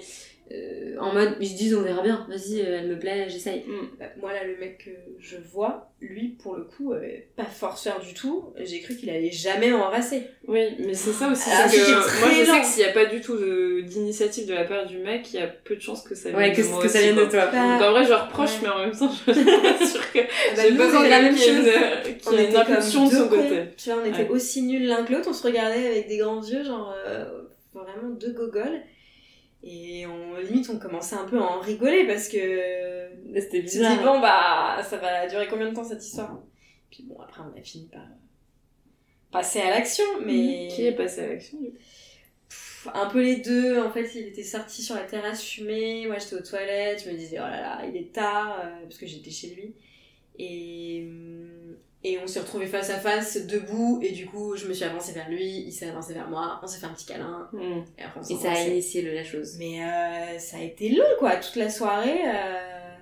[SPEAKER 2] euh, en mode, ils se disent on verra bien, vas-y, euh, elle me plaît, j'essaye.
[SPEAKER 1] Bah, moi là, le mec que je vois, lui pour le coup, euh, pas forceur du tout, j'ai cru qu'il allait jamais m'embrasser.
[SPEAKER 3] Oui, mais c'est ça aussi.
[SPEAKER 1] Ah,
[SPEAKER 3] c'est que,
[SPEAKER 1] c'est
[SPEAKER 3] euh, moi je
[SPEAKER 1] très
[SPEAKER 3] sais
[SPEAKER 1] lent.
[SPEAKER 3] que s'il n'y a pas du tout de- d'initiative de la part du mec, il y a peu de chances que ça vienne
[SPEAKER 2] Ouais, que,
[SPEAKER 3] de moi
[SPEAKER 2] que ça
[SPEAKER 3] aussi,
[SPEAKER 2] vienne de
[SPEAKER 3] quoi.
[SPEAKER 2] toi. Ah bah,
[SPEAKER 1] Bah,
[SPEAKER 3] Donc en vrai, je reproche,
[SPEAKER 1] Ouais.
[SPEAKER 3] mais en même temps, je suis pas sûre que j'ai
[SPEAKER 1] Ah bah nous,
[SPEAKER 3] pas
[SPEAKER 1] on
[SPEAKER 3] quand
[SPEAKER 1] est la même
[SPEAKER 3] même bah qu'il y ait
[SPEAKER 1] chose.
[SPEAKER 3] une- euh, qu'il y ait une
[SPEAKER 1] comme
[SPEAKER 3] impulsion de
[SPEAKER 1] deux
[SPEAKER 3] son
[SPEAKER 1] cons,
[SPEAKER 3] côté.
[SPEAKER 1] Tu vois, on était
[SPEAKER 3] Ouais.
[SPEAKER 1] aussi nuls l'un que l'autre, on se regardait avec des grands yeux, genre euh, vraiment deux gogoles. Et on, limite, on commençait un peu à en rigoler parce que.
[SPEAKER 2] C'était
[SPEAKER 1] Tu te dis,
[SPEAKER 2] bizarre.
[SPEAKER 1] bon, bah, ça va durer combien de temps cette histoire Puis bon, après, on a fini par euh, passer à l'action, mais.
[SPEAKER 3] Qui est passé à l'action du coup
[SPEAKER 1] pff, un peu les deux. En fait, il était sorti sur la terrasse fumer. Moi, j'étais aux toilettes. Je me disais, oh là là, il est tard, euh, parce que j'étais chez lui. Et, euh, et on s'est retrouvés face à face, debout. Et du coup, je me suis avancée vers lui. Il s'est avancé vers moi. On s'est fait un petit câlin. Et après, on s'est
[SPEAKER 2] Et ça a
[SPEAKER 1] embrassé.
[SPEAKER 2] initié le- la chose.
[SPEAKER 1] Mais euh, ça a été long, quoi. Toute la soirée, euh,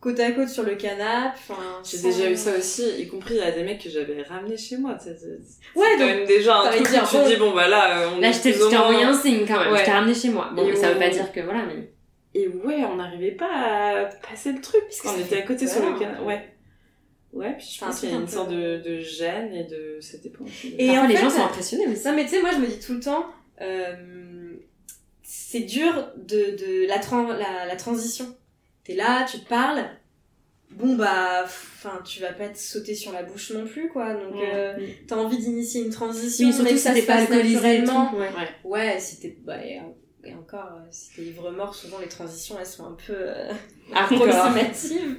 [SPEAKER 1] côte à côte sur le canapé. enfin,
[SPEAKER 3] J'ai
[SPEAKER 1] sans-
[SPEAKER 3] déjà eu ça aussi, y compris à des mecs que j'avais ramenés chez moi. tu sais, c'est- c'est
[SPEAKER 1] Ouais,
[SPEAKER 3] quand
[SPEAKER 1] donc,
[SPEAKER 3] même déjà
[SPEAKER 1] ça
[SPEAKER 3] un
[SPEAKER 1] veut
[SPEAKER 3] truc
[SPEAKER 1] dire,
[SPEAKER 3] où tu
[SPEAKER 1] bon.
[SPEAKER 3] dis, bon bah là, euh, on
[SPEAKER 2] Là,
[SPEAKER 3] est
[SPEAKER 2] je t'ai
[SPEAKER 3] plus ou
[SPEAKER 2] je t'ai envoyé
[SPEAKER 3] moins-
[SPEAKER 2] un signe quand même.
[SPEAKER 3] Ouais.
[SPEAKER 2] Je t'ai ramené chez moi. Bon,
[SPEAKER 3] Et
[SPEAKER 2] mais ça
[SPEAKER 3] on-
[SPEAKER 2] veut pas dire que voilà, mais.
[SPEAKER 3] Et ouais, on n'arrivait pas à passer le truc, parce
[SPEAKER 1] que
[SPEAKER 3] qu'on
[SPEAKER 1] ça
[SPEAKER 3] était à
[SPEAKER 1] fait
[SPEAKER 3] côté sur
[SPEAKER 1] peur,
[SPEAKER 3] le
[SPEAKER 1] un
[SPEAKER 3] canal.
[SPEAKER 1] peu.
[SPEAKER 3] Ouais. Ouais, puis je
[SPEAKER 1] Enfin, un
[SPEAKER 3] pense qu'il y a une
[SPEAKER 1] truc un
[SPEAKER 3] sorte
[SPEAKER 1] peu-
[SPEAKER 3] de, de gêne et de. Ça dépend. aussi de-
[SPEAKER 1] Et
[SPEAKER 2] Parfois,
[SPEAKER 1] en
[SPEAKER 2] les
[SPEAKER 1] fait,
[SPEAKER 2] gens sont impressionnés aussi.
[SPEAKER 1] Non, mais tu sais, moi, je me dis tout le temps, euh, c'est dur de, de la, tran- la, la transition. T'es là, tu te parles. Bon, bah, enfin, tu vas pas te sauter sur la bouche non plus, quoi. Donc,
[SPEAKER 3] Ouais.
[SPEAKER 1] euh, t'as envie d'initier une transition,
[SPEAKER 2] Mm. Oui, surtout
[SPEAKER 1] mais que
[SPEAKER 2] si
[SPEAKER 1] ça
[SPEAKER 2] t'es
[SPEAKER 1] se
[SPEAKER 2] pas
[SPEAKER 1] passe
[SPEAKER 2] alcoolisé. et tout.
[SPEAKER 1] naturellement.
[SPEAKER 2] Ouais.
[SPEAKER 1] Ouais, si t'es. bah, et, en- et encore, euh, si t'es ivre-mort, souvent les transitions, elles sont un peu euh,
[SPEAKER 2] Hardcore.
[SPEAKER 1] approximatives.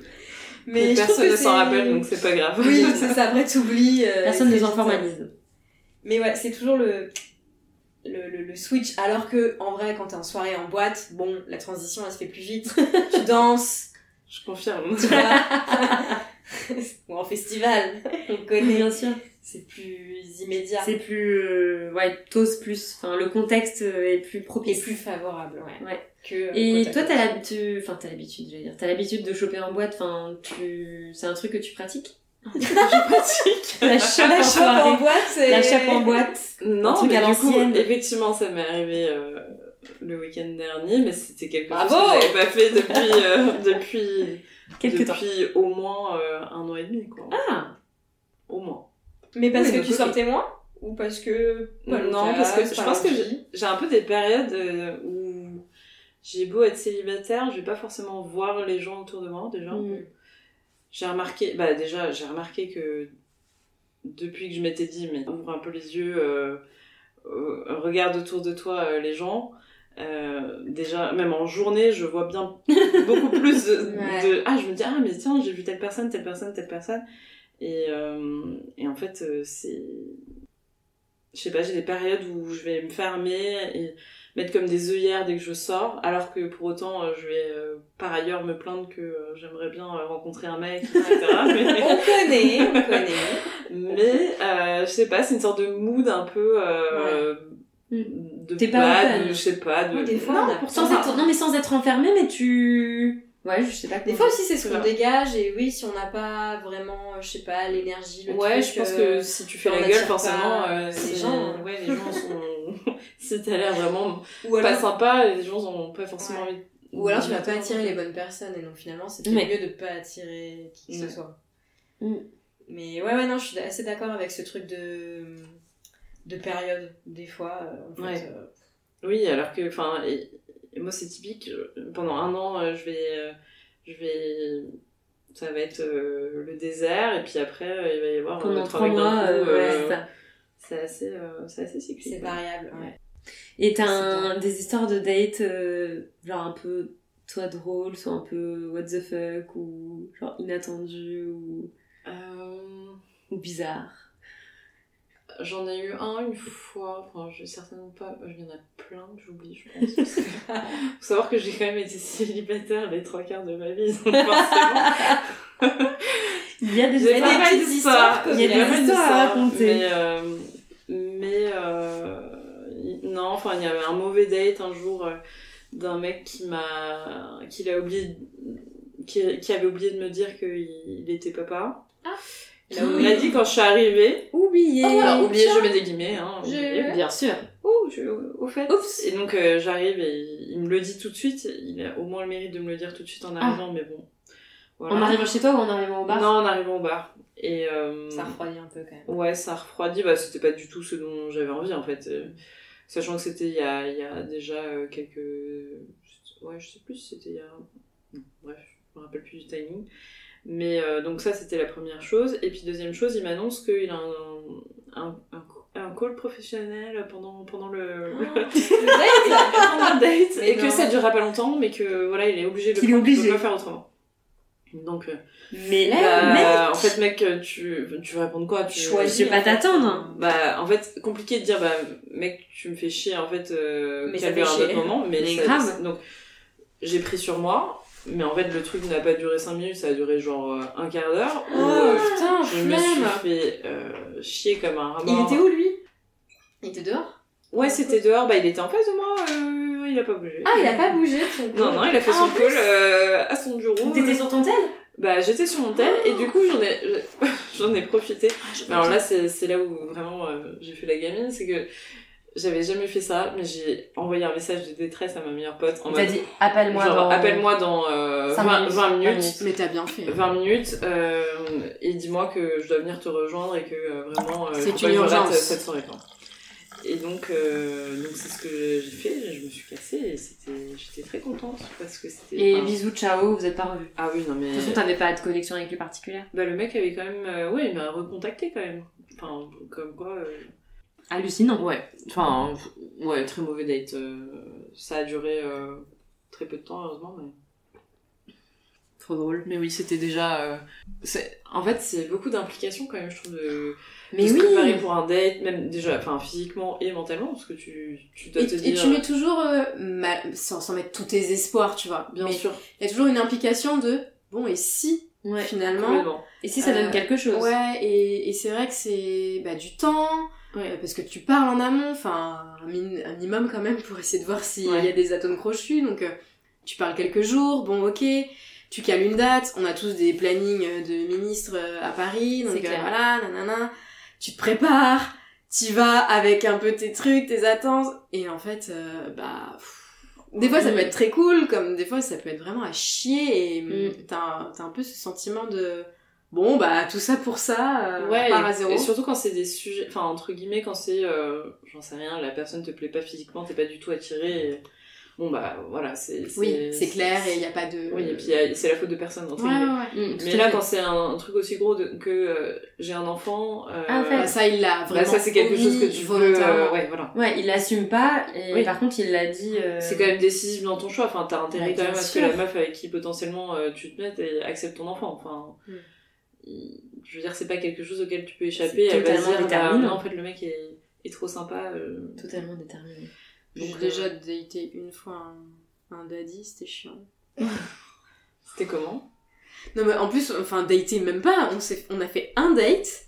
[SPEAKER 3] Plus
[SPEAKER 1] Mais je trouve
[SPEAKER 3] personne
[SPEAKER 1] que
[SPEAKER 3] ne s'en
[SPEAKER 1] c'est-
[SPEAKER 3] rappelle, donc c'est pas grave.
[SPEAKER 1] Oui, c'est ça, après t'oublies. euh,
[SPEAKER 2] Personne
[SPEAKER 1] et
[SPEAKER 2] ne
[SPEAKER 1] c'est
[SPEAKER 2] s'en
[SPEAKER 1] vite,
[SPEAKER 2] formalise.
[SPEAKER 1] Mais ouais, c'est toujours le, le, le- le switch. Alors que, en vrai, quand t'es en soirée en boîte, bon, la transition elle se fait plus vite. tu danses,
[SPEAKER 3] Je confirme.
[SPEAKER 1] tu vois. Ou en festival, on connaît.
[SPEAKER 2] Bien sûr.
[SPEAKER 1] C'est plus immédiat.
[SPEAKER 2] C'est plus. euh, ouais, t'oses plus. Enfin, le contexte euh, est plus
[SPEAKER 1] Et
[SPEAKER 2] propice.
[SPEAKER 1] plus favorable, ouais.
[SPEAKER 2] Ouais.
[SPEAKER 1] Que, euh,
[SPEAKER 2] Et
[SPEAKER 1] côte à
[SPEAKER 2] toi,
[SPEAKER 1] côte.
[SPEAKER 2] t'as l'habitude, enfin t'as l'habitude, j'allais dire, t'as l'habitude de choper en boîte. Enfin, tu, c'est un truc que tu pratiques.
[SPEAKER 3] Je pratique.
[SPEAKER 2] La chope
[SPEAKER 1] La
[SPEAKER 2] en
[SPEAKER 1] chope en
[SPEAKER 2] soirée.
[SPEAKER 1] boîte, c'est.
[SPEAKER 2] La chope en boîte. Un
[SPEAKER 3] Non,
[SPEAKER 2] truc
[SPEAKER 3] mais
[SPEAKER 2] à
[SPEAKER 3] du coup,
[SPEAKER 2] l'ancienne.
[SPEAKER 3] effectivement, ça m'est arrivé euh, le week-end dernier, mais c'était quelque
[SPEAKER 1] Bravo
[SPEAKER 3] chose que j'avais pas fait depuis, euh, depuis,
[SPEAKER 2] Quelque temps.
[SPEAKER 3] depuis au moins euh, un an et demi, quoi.
[SPEAKER 2] Ah,
[SPEAKER 3] Au moins.
[SPEAKER 1] Mais parce
[SPEAKER 3] Oui,
[SPEAKER 1] que
[SPEAKER 3] donc,
[SPEAKER 1] tu
[SPEAKER 3] ok.
[SPEAKER 1] sortais moins Ou parce que. pas
[SPEAKER 3] non,
[SPEAKER 1] l'occasion,
[SPEAKER 3] parce
[SPEAKER 2] euh,
[SPEAKER 3] que je
[SPEAKER 1] pas
[SPEAKER 3] pense que
[SPEAKER 1] l'envie
[SPEAKER 3] j'ai- j'ai un peu des périodes euh, où j'ai beau être célibataire, je vais pas forcément voir les gens autour de moi, déjà.
[SPEAKER 2] Mm.
[SPEAKER 3] J'ai remarqué, bah déjà, j'ai remarqué que depuis que je m'étais dit, mais ouvre un peu les yeux, euh, euh, regarde autour de toi euh, les gens. euh, déjà, même en journée, je vois bien beaucoup plus de,
[SPEAKER 1] Ouais.
[SPEAKER 3] de- Ah, je me dis, ah, mais tiens, j'ai vu telle personne, telle personne, telle personne. Et, euh, et en fait, euh, c'est. Je sais pas, j'ai des périodes où je vais me fermer et mettre comme des œillères dès que je sors, alors que pour autant, euh, je vais euh, par ailleurs me plaindre que euh, j'aimerais bien euh, rencontrer un mec, etc. mais
[SPEAKER 1] On connaît, on connaît.
[SPEAKER 3] mais, euh, je sais pas, c'est une sorte de mood un peu. euh,
[SPEAKER 2] Mm.
[SPEAKER 3] De
[SPEAKER 2] T'es pas
[SPEAKER 3] bad,
[SPEAKER 2] open.
[SPEAKER 3] de, je sais pas, de.
[SPEAKER 1] Oui, des fois, on a-
[SPEAKER 2] Sans être, non mais sans être enfermé, mais tu, ouais, je sais pas.
[SPEAKER 1] Des
[SPEAKER 2] comment-
[SPEAKER 1] fois aussi, Mhm. c'est ce qu'on
[SPEAKER 3] Voilà.
[SPEAKER 1] dégage, et oui, si on n'a pas vraiment, euh, je sais pas, l'énergie, le
[SPEAKER 3] ouais,
[SPEAKER 1] truc,
[SPEAKER 3] je pense
[SPEAKER 1] euh,
[SPEAKER 3] que si tu fais
[SPEAKER 1] on
[SPEAKER 3] la
[SPEAKER 1] attire
[SPEAKER 3] gueule, forcément,
[SPEAKER 1] pas
[SPEAKER 3] euh,
[SPEAKER 1] les
[SPEAKER 3] c'est-
[SPEAKER 1] gens.
[SPEAKER 3] Ouais, les gens sont. si t'as l'air vraiment
[SPEAKER 1] Ou
[SPEAKER 3] pas
[SPEAKER 1] alors,
[SPEAKER 3] sympa, les gens ont pas forcément
[SPEAKER 1] Ouais.
[SPEAKER 3] envie. de-
[SPEAKER 1] ou alors tu vas pas attirer les bonnes personnes, et donc finalement, c'est peut-être
[SPEAKER 2] Ouais.
[SPEAKER 1] mieux de pas attirer qui que
[SPEAKER 3] Ouais.
[SPEAKER 1] ce soit.
[SPEAKER 2] Mm.
[SPEAKER 1] Mais ouais, ouais, non, je suis assez d'accord avec ce truc de, de période, des fois. euh, en fait,
[SPEAKER 3] Ouais.
[SPEAKER 1] euh,
[SPEAKER 3] Oui, alors que, enfin, et- et moi c'est typique. euh, Pendant un an, euh, je vais, euh, je vais, ça va être euh, le désert, et puis après, euh, il va y avoir euh,
[SPEAKER 2] pendant
[SPEAKER 3] trois
[SPEAKER 2] trois
[SPEAKER 3] mecs d'un
[SPEAKER 2] mois.
[SPEAKER 3] coup,
[SPEAKER 2] euh, ouais,
[SPEAKER 3] euh,
[SPEAKER 2] c'est ça.
[SPEAKER 3] c'est assez, euh, c'est assez cyclique.
[SPEAKER 1] c'est
[SPEAKER 3] ouais.
[SPEAKER 1] variable. ouais.
[SPEAKER 2] Et t'as
[SPEAKER 1] c'est
[SPEAKER 2] un- des histoires de dates, euh, genre un peu soit drôle, soit un peu what the fuck ou genre inattendu ou,
[SPEAKER 3] Euh,
[SPEAKER 2] ou bizarre.
[SPEAKER 3] J'en ai eu un une fois, enfin je certainement pas, euh, il y en a plein que j'oublie je pense. parce que- Faut savoir que j'ai quand même été célibataire les trois quarts de ma vie, donc forcément.
[SPEAKER 2] Il y a des
[SPEAKER 3] J'ai
[SPEAKER 1] des
[SPEAKER 3] pas mal
[SPEAKER 1] petites histoires
[SPEAKER 3] d'histoires,
[SPEAKER 1] comme ça. Il
[SPEAKER 3] j'ai pas
[SPEAKER 1] y a des
[SPEAKER 3] mal
[SPEAKER 2] histoires à
[SPEAKER 3] d'histoires,
[SPEAKER 2] raconter.
[SPEAKER 3] Mais, euh, mais euh, y- non, enfin il y avait un mauvais date un jour euh, d'un mec qui m'a, qui l'a oublié, qui, qui avait oublié de me dire qu'il il était papa.
[SPEAKER 1] Ah.
[SPEAKER 3] Il m'a dit quand je suis arrivée.
[SPEAKER 2] oublié.
[SPEAKER 3] Alors, Oh, oublié, je mets des guillemets. Hein,
[SPEAKER 1] Je-
[SPEAKER 3] oublié.
[SPEAKER 2] Bien sûr.
[SPEAKER 3] Oh, je, au fait.
[SPEAKER 2] Oups.
[SPEAKER 3] Et donc euh, j'arrive et il me le dit tout de suite. Il a au moins le mérite de me le dire tout de suite en arrivant, mais bon. Voilà.
[SPEAKER 2] En arrivant chez toi ou en arrivant au bar
[SPEAKER 3] Non, en arrivant au bar. Et euh,
[SPEAKER 1] Ça refroidit un peu quand même.
[SPEAKER 3] ouais, ça refroidit. Bah, c'était pas du tout ce dont j'avais envie en fait. Euh, sachant que c'était il y a, il y a déjà euh, quelques. Ouais, je sais plus. si C'était il y a. Non, Bref, je me rappelle plus du timing. Mais euh, donc ça, c'était la première chose. Et puis deuxième chose, il m'annonce qu'il a un, un, un, un call professionnel pendant pendant le. le-
[SPEAKER 1] Le date
[SPEAKER 4] Ah,
[SPEAKER 3] prendre un date
[SPEAKER 1] Mais
[SPEAKER 3] et que
[SPEAKER 1] non.
[SPEAKER 3] ça durera pas longtemps, mais que voilà, il est obligé de
[SPEAKER 2] Qu'il est
[SPEAKER 3] prendre, il peut
[SPEAKER 2] obligé.
[SPEAKER 3] pas faire autrement. Donc, euh,
[SPEAKER 4] Mais là,
[SPEAKER 3] bah, en fait, mec, euh, tu, tu vas répondre quoi
[SPEAKER 4] mec,
[SPEAKER 3] tu...
[SPEAKER 4] choisis, je vais pas
[SPEAKER 2] en fait,
[SPEAKER 4] t'attendre.
[SPEAKER 3] Bah, en fait, compliqué de dire, bah, mec, tu me fais chier, en fait, euh,
[SPEAKER 2] Mais ça
[SPEAKER 3] calme-le à
[SPEAKER 2] fait
[SPEAKER 3] un
[SPEAKER 2] chier.
[SPEAKER 3] autre moment. Mais
[SPEAKER 4] Mais
[SPEAKER 3] ça-
[SPEAKER 4] grave.
[SPEAKER 3] ça- Donc, j'ai pris sur moi, mais en fait, le truc n'a pas duré 5 minutes, ça a duré genre euh, un quart d'heure. où,
[SPEAKER 1] Oh
[SPEAKER 4] Ah,
[SPEAKER 3] euh,
[SPEAKER 1] putain,
[SPEAKER 3] je me suis
[SPEAKER 1] flemme
[SPEAKER 3] fait euh, chier comme un rat
[SPEAKER 2] Il
[SPEAKER 3] mort.
[SPEAKER 2] était où lui Il était dehors
[SPEAKER 3] Ouais, c'était dehors, bah, il était en face de moi, euh, il a pas bougé.
[SPEAKER 1] Ah, il a pas bougé son
[SPEAKER 3] Non, non, il a fait
[SPEAKER 1] Ah, en
[SPEAKER 3] son
[SPEAKER 1] plus.
[SPEAKER 3] call euh, à son bureau.
[SPEAKER 4] T'étais sur ton tel
[SPEAKER 3] Bah, j'étais sur mon tel et du coup, j'en ai, j'en ai profité.
[SPEAKER 4] Ah,
[SPEAKER 3] Mais alors là, c'est c'est là où vraiment euh, j'ai fait la gamine, c'est que j'avais jamais fait ça, mais j'ai envoyé un message de détresse à ma meilleure pote en
[SPEAKER 4] T'as
[SPEAKER 3] mode
[SPEAKER 4] dit appelle-moi
[SPEAKER 3] genre,
[SPEAKER 4] dans...
[SPEAKER 3] appelle-moi dans euh,
[SPEAKER 4] cinq
[SPEAKER 3] 20,
[SPEAKER 4] minutes,
[SPEAKER 3] 20 minutes.
[SPEAKER 4] vingt minutes.
[SPEAKER 1] Mais t'as bien fait.
[SPEAKER 3] 20 minutes euh, et dis-moi que je dois venir te rejoindre et que euh, vraiment euh,
[SPEAKER 1] C'est
[SPEAKER 3] faut pas
[SPEAKER 1] une
[SPEAKER 3] que je rate,
[SPEAKER 1] urgence.
[SPEAKER 3] euh, cette soirée quoi. Et donc euh, donc c'est ce que j'ai fait, je me suis cassée et c'était j'étais très contente parce que c'était
[SPEAKER 4] Et
[SPEAKER 3] enfin,
[SPEAKER 4] bisous, ciao, vous êtes pas revus.
[SPEAKER 3] Ah oui non mais
[SPEAKER 4] De toute façon, t'avais pas de connexion avec lui particulière.
[SPEAKER 3] bah, le mec avait quand même euh, ouais, il m'a recontacté quand même. Enfin comme quoi euh,
[SPEAKER 4] Hallucinant.
[SPEAKER 3] Ouais, enfin, ouais, très mauvais date. euh, ça a duré euh, très peu de temps, heureusement, mais.
[SPEAKER 4] Trop drôle.
[SPEAKER 3] Mais oui, c'était déjà. euh, c'est- En fait, c'est beaucoup d'implications quand même, je trouve, de,
[SPEAKER 4] Mais
[SPEAKER 3] de se
[SPEAKER 4] oui
[SPEAKER 3] préparer pour un date, même déjà, enfin, physiquement et mentalement, parce que tu, tu dois
[SPEAKER 1] Et,
[SPEAKER 3] te
[SPEAKER 1] et
[SPEAKER 3] dire.
[SPEAKER 1] tu mets toujours, euh, ma- sans, sans mettre tous tes espoirs, tu vois.
[SPEAKER 3] Bien
[SPEAKER 1] mais
[SPEAKER 3] sûr,
[SPEAKER 1] Il y a toujours une implication de bon, et si
[SPEAKER 4] Ouais.
[SPEAKER 1] finalement
[SPEAKER 3] complètement.
[SPEAKER 4] Et si ça
[SPEAKER 1] Euh,
[SPEAKER 4] donne quelque chose
[SPEAKER 1] Ouais, et, et c'est vrai que c'est bah, du temps,
[SPEAKER 3] Ouais.
[SPEAKER 1] euh, parce que tu parles en amont, enfin un, min- un minimum quand même pour essayer de voir s'il
[SPEAKER 3] Ouais.
[SPEAKER 1] y a des atomes crochus, donc euh, tu parles quelques jours, bon ok, tu cales une date, on a tous des plannings euh, de ministres euh, à Paris, donc
[SPEAKER 4] C'est clair.
[SPEAKER 1] euh, voilà, nanana, tu te prépares, tu vas avec un peu tes trucs, tes attentes, et en fait, euh, bah... pff, des fois, ça peut être très cool, comme des fois, ça peut être vraiment à chier, et
[SPEAKER 4] Mm.
[SPEAKER 1] t'as t'as un peu ce sentiment de bon bah tout ça pour ça euh,
[SPEAKER 3] Ouais,
[SPEAKER 1] on part
[SPEAKER 3] et-
[SPEAKER 1] à zéro
[SPEAKER 3] et surtout quand c'est des sujets, enfin entre guillemets, quand c'est, euh, j'en sais rien, la personne te plaît pas physiquement, t'es pas du tout attiré. et- Bon bah voilà, c'est.
[SPEAKER 1] oui c'est clair et il n'y a pas de
[SPEAKER 3] Oui, et puis euh, y a- c'est la faute de personne, entre
[SPEAKER 1] Ouais, ouais,
[SPEAKER 3] guillemets.
[SPEAKER 1] ouais.
[SPEAKER 4] Mm, tout
[SPEAKER 3] Mais
[SPEAKER 4] à
[SPEAKER 3] là,
[SPEAKER 4] fait.
[SPEAKER 3] quand c'est un, un truc aussi gros de- que euh, j'ai un enfant, euh,
[SPEAKER 4] Ah, en fait.
[SPEAKER 1] Bah, ça il l'a
[SPEAKER 3] bah,
[SPEAKER 1] vraiment
[SPEAKER 3] ça c'est quelque chose que
[SPEAKER 1] omis
[SPEAKER 3] tu peux.
[SPEAKER 1] volontairement.
[SPEAKER 3] euh, ouais, voilà.
[SPEAKER 4] Ouais, il l'assume pas, et
[SPEAKER 3] Oui.
[SPEAKER 4] par contre, il l'a dit... euh,
[SPEAKER 3] C'est quand même décisif dans ton choix. Enfin, t'as intérêt
[SPEAKER 4] Ouais,
[SPEAKER 3] quand
[SPEAKER 4] bien
[SPEAKER 3] même à ce que
[SPEAKER 4] sûr.
[SPEAKER 3] la meuf avec qui potentiellement euh, tu te mettes et accepte ton enfant. Enfin,
[SPEAKER 1] Hmm.
[SPEAKER 3] il- je veux dire, c'est pas quelque chose auquel tu peux échapper.
[SPEAKER 4] Mm. C'est
[SPEAKER 3] Elle va se
[SPEAKER 4] totalement
[SPEAKER 3] dire, bah,
[SPEAKER 4] déterminant.
[SPEAKER 3] non, en fait, le mec est, est trop sympa. euh.
[SPEAKER 4] Totalement déterminé.
[SPEAKER 1] j'ai
[SPEAKER 3] Donc,
[SPEAKER 1] déjà
[SPEAKER 3] euh,
[SPEAKER 1] daté une fois un, un daddy c'était chiant
[SPEAKER 3] C'était comment
[SPEAKER 1] non mais en plus enfin dater même pas on s'est on a fait un date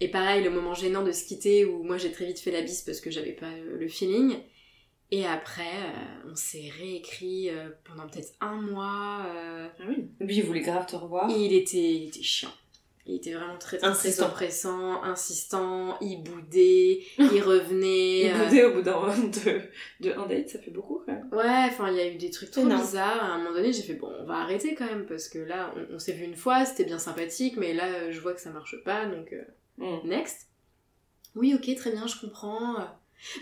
[SPEAKER 1] et pareil le moment gênant de se quitter où moi j'ai très vite fait la bise parce que j'avais pas euh, le feeling et après euh, on s'est réécrit euh, pendant peut-être un mois euh,
[SPEAKER 3] Ah oui.
[SPEAKER 4] Lui, il voulait grave te revoir.
[SPEAKER 1] Et il était, il était chiant. Il était vraiment très très
[SPEAKER 4] Ah. Insistant.
[SPEAKER 1] pressant, insistant, il boudait, il revenait.
[SPEAKER 3] Et
[SPEAKER 1] euh,
[SPEAKER 3] bouder au bout d'un de, de un date, ça fait beaucoup quand même.
[SPEAKER 1] Ouais, enfin, il y a eu des trucs trop
[SPEAKER 4] Énorme.
[SPEAKER 1] bizarres. À un moment donné, j'ai fait bon, on va arrêter quand même parce que là, on, on s'est vu une fois, c'était bien sympathique, mais là, euh, je vois que ça marche pas, donc euh,
[SPEAKER 4] Mm.
[SPEAKER 3] Hmm.
[SPEAKER 1] next. Oui, ok, très bien, je comprends. euh,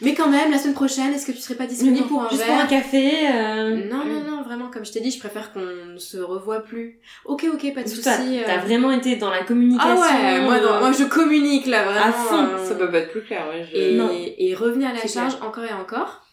[SPEAKER 1] Mais quand même, la semaine prochaine, est-ce que tu serais pas disponible pour un
[SPEAKER 4] Juste
[SPEAKER 1] verre
[SPEAKER 4] pour un café euh,
[SPEAKER 1] Non, non, non, vraiment, comme je t'ai dit, je préfère qu'on ne se revoie plus. Ok, ok, pas de
[SPEAKER 4] Tout
[SPEAKER 1] souci.
[SPEAKER 4] ça,
[SPEAKER 1] euh.
[SPEAKER 4] T'as vraiment été dans la communication.
[SPEAKER 1] Ah ouais, moi, non,
[SPEAKER 4] euh,
[SPEAKER 1] moi je communique là vraiment.
[SPEAKER 4] à fond,
[SPEAKER 1] euh,
[SPEAKER 3] Ça peut pas être plus clair, ouais. je- Ah,
[SPEAKER 4] Non.
[SPEAKER 1] Et, et revenait à la
[SPEAKER 4] C'est
[SPEAKER 1] charge encore et encore.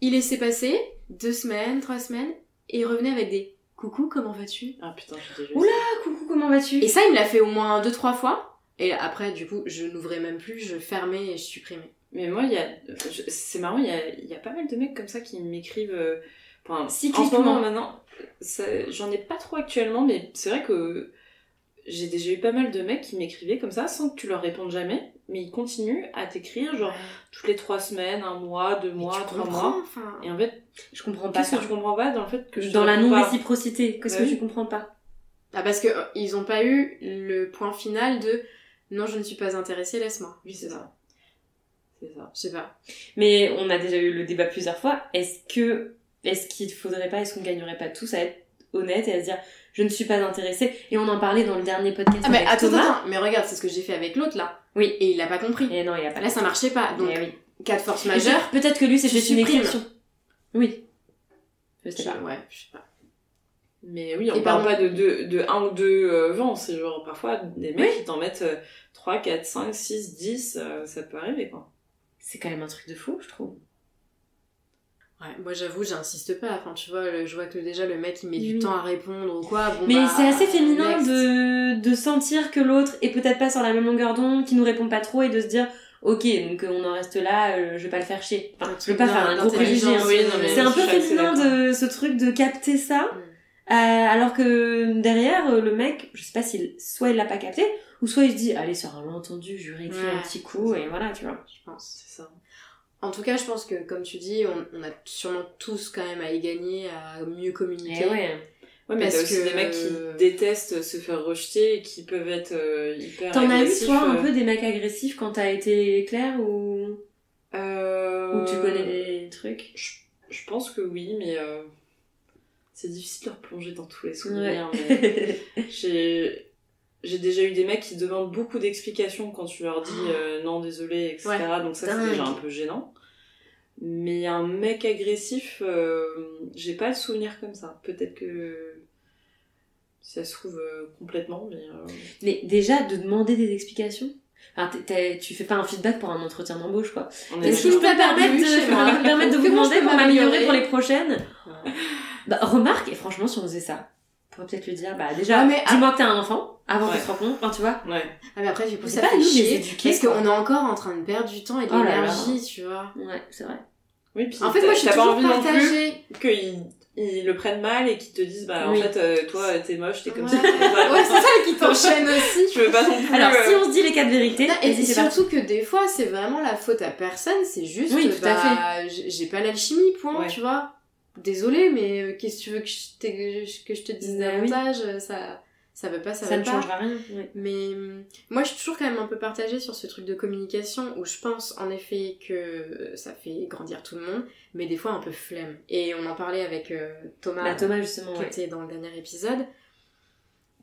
[SPEAKER 1] Il laissait passer deux semaines, trois semaines, et il revenait avec des coucou, comment vas-tu
[SPEAKER 3] Ah putain, j'étais juste.
[SPEAKER 4] Oula Ah, coucou, comment vas-tu
[SPEAKER 1] Et ça, il me l'a fait au moins deux, trois fois. Et après, du coup, je n'ouvrais même plus, je fermais et je supprimais.
[SPEAKER 3] Mais moi, il y a... je- c'est marrant, il y a... il y a pas mal de mecs comme ça qui m'écrivent. euh, Enfin, en ce
[SPEAKER 4] Cycliquement.
[SPEAKER 3] moment, maintenant, ça- j'en ai pas trop actuellement, mais c'est vrai que j'ai déjà eu pas mal de mecs qui m'écrivaient comme ça sans que tu leur répondes jamais, mais ils continuent à t'écrire, genre toutes les trois semaines, un mois, deux
[SPEAKER 1] Mais
[SPEAKER 3] mois,
[SPEAKER 1] tu
[SPEAKER 3] trois
[SPEAKER 1] comprends,
[SPEAKER 3] mois.
[SPEAKER 1] enfin.
[SPEAKER 3] Et en fait,
[SPEAKER 4] Je comprends pas
[SPEAKER 3] qu'est-ce
[SPEAKER 4] ça.
[SPEAKER 3] que tu comprends pas dans le fait que je te
[SPEAKER 4] Dans la
[SPEAKER 3] réponds pas
[SPEAKER 4] non-réciprocité, qu'est-ce
[SPEAKER 3] Bah
[SPEAKER 4] que
[SPEAKER 3] oui.
[SPEAKER 4] tu comprends pas
[SPEAKER 1] Ah, parce que euh, ils ont pas eu le point final de non, je ne suis pas intéressée, laisse-moi.
[SPEAKER 3] Oui, c'est ça. C'est ça.
[SPEAKER 1] Je sais pas.
[SPEAKER 4] Mais on a déjà eu le débat plusieurs fois. Est-ce que, est-ce qu'il faudrait pas, est-ce qu'on gagnerait pas tous à être honnête et à se dire, je ne suis pas intéressée Et on en parlait dans le dernier podcast.
[SPEAKER 1] Ah, mais
[SPEAKER 4] avec
[SPEAKER 1] attends,
[SPEAKER 4] Thomas.
[SPEAKER 1] attends, mais regarde, c'est ce que j'ai fait avec l'autre là.
[SPEAKER 4] Oui.
[SPEAKER 1] Et il l'a pas compris.
[SPEAKER 4] Et non, il a pas.
[SPEAKER 1] Là, ça marchait pas. Donc,
[SPEAKER 2] Eh
[SPEAKER 4] Mais oui.
[SPEAKER 1] cas de force majeure.
[SPEAKER 4] Peut-être que lui,
[SPEAKER 1] tu
[SPEAKER 4] c'était une
[SPEAKER 1] supprimes.
[SPEAKER 4] exception. Oui. Je sais
[SPEAKER 1] Je-
[SPEAKER 4] pas.
[SPEAKER 1] Ouais, je sais pas.
[SPEAKER 3] Mais oui, on
[SPEAKER 1] Et
[SPEAKER 3] parle
[SPEAKER 1] pardon.
[SPEAKER 3] pas de, deux, de un ou deux euh, vents, c'est genre parfois des mecs qui euh, t'en mettent 3, 4, 5, 6, 10, euh, ça peut arriver quoi.
[SPEAKER 4] C'est quand même un truc de fou, je trouve.
[SPEAKER 1] Ouais, moi j'avoue, j'insiste pas. Enfin, tu vois, le- je vois que déjà le mec il met du
[SPEAKER 2] Oui.
[SPEAKER 1] temps à répondre ou quoi. Bon,
[SPEAKER 2] Mais
[SPEAKER 1] bah,
[SPEAKER 2] c'est assez féminin
[SPEAKER 1] next.
[SPEAKER 2] de, de sentir que l'autre est peut-être pas sur la même longueur d'onde, qui nous répond pas trop et de se dire ok donc euh, on en reste là, euh, je vais pas le faire chier. Enfin, je veux pas
[SPEAKER 1] Non,
[SPEAKER 2] faire un gros
[SPEAKER 1] d'intelligence,
[SPEAKER 2] préjugé. hein.
[SPEAKER 3] oui, non, mais
[SPEAKER 2] C'est un
[SPEAKER 3] je
[SPEAKER 2] peu
[SPEAKER 3] suis assez
[SPEAKER 2] féminin
[SPEAKER 3] d'accord. Mm.
[SPEAKER 2] de ce truc de capter ça, euh, alors que derrière euh, le mec, je sais pas s'il soit il l'a pas capté ou soit il se dit allez sur un malentendu, je lui réécris
[SPEAKER 1] Ouais,
[SPEAKER 2] un petit coup et voilà tu vois.
[SPEAKER 1] Je pense.
[SPEAKER 3] C'est ça.
[SPEAKER 1] En tout cas, je pense que, comme tu dis, on, on a sûrement tous quand même à y gagner, à mieux communiquer.
[SPEAKER 2] Et Eh ouais.
[SPEAKER 3] Ouais, mais
[SPEAKER 1] Parce
[SPEAKER 3] t'as aussi
[SPEAKER 1] que-
[SPEAKER 3] des mecs qui détestent se faire rejeter et qui peuvent être euh, hyper.
[SPEAKER 2] T'en as eu
[SPEAKER 3] agressifs,
[SPEAKER 2] toi un
[SPEAKER 3] euh,
[SPEAKER 2] peu des mecs agressifs quand t'as été claire ou
[SPEAKER 3] euh,
[SPEAKER 2] ou tu connais des trucs.
[SPEAKER 3] Je pense que oui, mais euh, c'est difficile de replonger dans tous les souvenirs. mais J'ai j'ai déjà eu des mecs qui demandent beaucoup d'explications quand tu leur dis
[SPEAKER 1] Ah.
[SPEAKER 3] euh, non, désolé, etc. Donc ça,
[SPEAKER 2] Dingue.
[SPEAKER 3] c'est déjà un peu gênant. Mais un mec agressif, euh, j'ai pas le souvenir comme ça. Peut-être que si ça se trouve euh, complètement, mais. euh,
[SPEAKER 2] Mais déjà, de demander des explications. Enfin, t'es- t'es- tu fais pas un feedback pour un entretien d'embauche, quoi.
[SPEAKER 3] on
[SPEAKER 2] Est-ce que
[SPEAKER 3] d'accord.
[SPEAKER 2] je peux me permettre
[SPEAKER 1] permettre
[SPEAKER 2] de,
[SPEAKER 1] de- enfin, me permettre de
[SPEAKER 2] vous
[SPEAKER 1] vous demander
[SPEAKER 2] demander
[SPEAKER 1] pour
[SPEAKER 2] pour m'améliorer
[SPEAKER 1] m'améliorer
[SPEAKER 2] pour les prochaines Bah, remarque, et franchement, si on faisait ça, on pourrait peut-être lui dire, bah, déjà,
[SPEAKER 1] Ouais, mais-
[SPEAKER 2] dis-moi que t'as un enfant, avant
[SPEAKER 3] Ouais.
[SPEAKER 2] qu'on se rencontre, enfin, tu vois.
[SPEAKER 3] Ouais.
[SPEAKER 1] Ah, mais après, du coup,
[SPEAKER 2] C'est
[SPEAKER 1] ça
[SPEAKER 2] pas
[SPEAKER 1] fait
[SPEAKER 2] nous de les
[SPEAKER 1] chier.
[SPEAKER 2] éduquer,
[SPEAKER 1] parce
[SPEAKER 2] quoi.
[SPEAKER 1] qu'on est encore en train de perdre du temps et de
[SPEAKER 2] Oh là là.
[SPEAKER 1] l'énergie, tu vois.
[SPEAKER 2] Ouais, c'est vrai.
[SPEAKER 3] Oui, puis
[SPEAKER 1] En fait,
[SPEAKER 3] t'as-
[SPEAKER 1] moi, je suis
[SPEAKER 3] t'as
[SPEAKER 1] toujours
[SPEAKER 3] pas envie non plus
[SPEAKER 1] partagée.
[SPEAKER 3] qu'ils ils le prennent mal et qu'ils te disent bah
[SPEAKER 2] Oui.
[SPEAKER 3] en fait euh, toi t'es moche t'es comme
[SPEAKER 1] Ouais,
[SPEAKER 3] ça t'es pas-
[SPEAKER 1] Ouais, c'est ça qui t'enchaîne aussi.
[SPEAKER 3] tu veux pas non plus
[SPEAKER 2] Alors,
[SPEAKER 3] euh,
[SPEAKER 2] si on se dit les quatre vérités,
[SPEAKER 1] Non, et
[SPEAKER 2] vas-y, c'est parti.
[SPEAKER 1] surtout que des fois, c'est vraiment la faute à personne, c'est juste,
[SPEAKER 2] Oui, tout à
[SPEAKER 1] bah, j- j'ai pas l'alchimie, point,
[SPEAKER 3] Ouais.
[SPEAKER 1] tu vois. Désolée, mais euh, qu'est-ce que tu veux que je, t'ai- que je te dise
[SPEAKER 2] Bah oui.
[SPEAKER 1] davantage euh, Ça ça veut pas, ça,
[SPEAKER 2] Ça
[SPEAKER 1] veut
[SPEAKER 2] ne
[SPEAKER 1] pas.
[SPEAKER 2] changera rien. ouais.
[SPEAKER 1] Mais hum, moi, je suis toujours quand même un peu partagée sur ce truc de communication où je pense en effet que ça fait grandir tout le monde, mais des fois un peu flemme. Et on en parlait avec euh, Thomas,
[SPEAKER 2] Bah, Thomas, justement,
[SPEAKER 1] qui
[SPEAKER 2] ouais.
[SPEAKER 1] était dans le dernier épisode,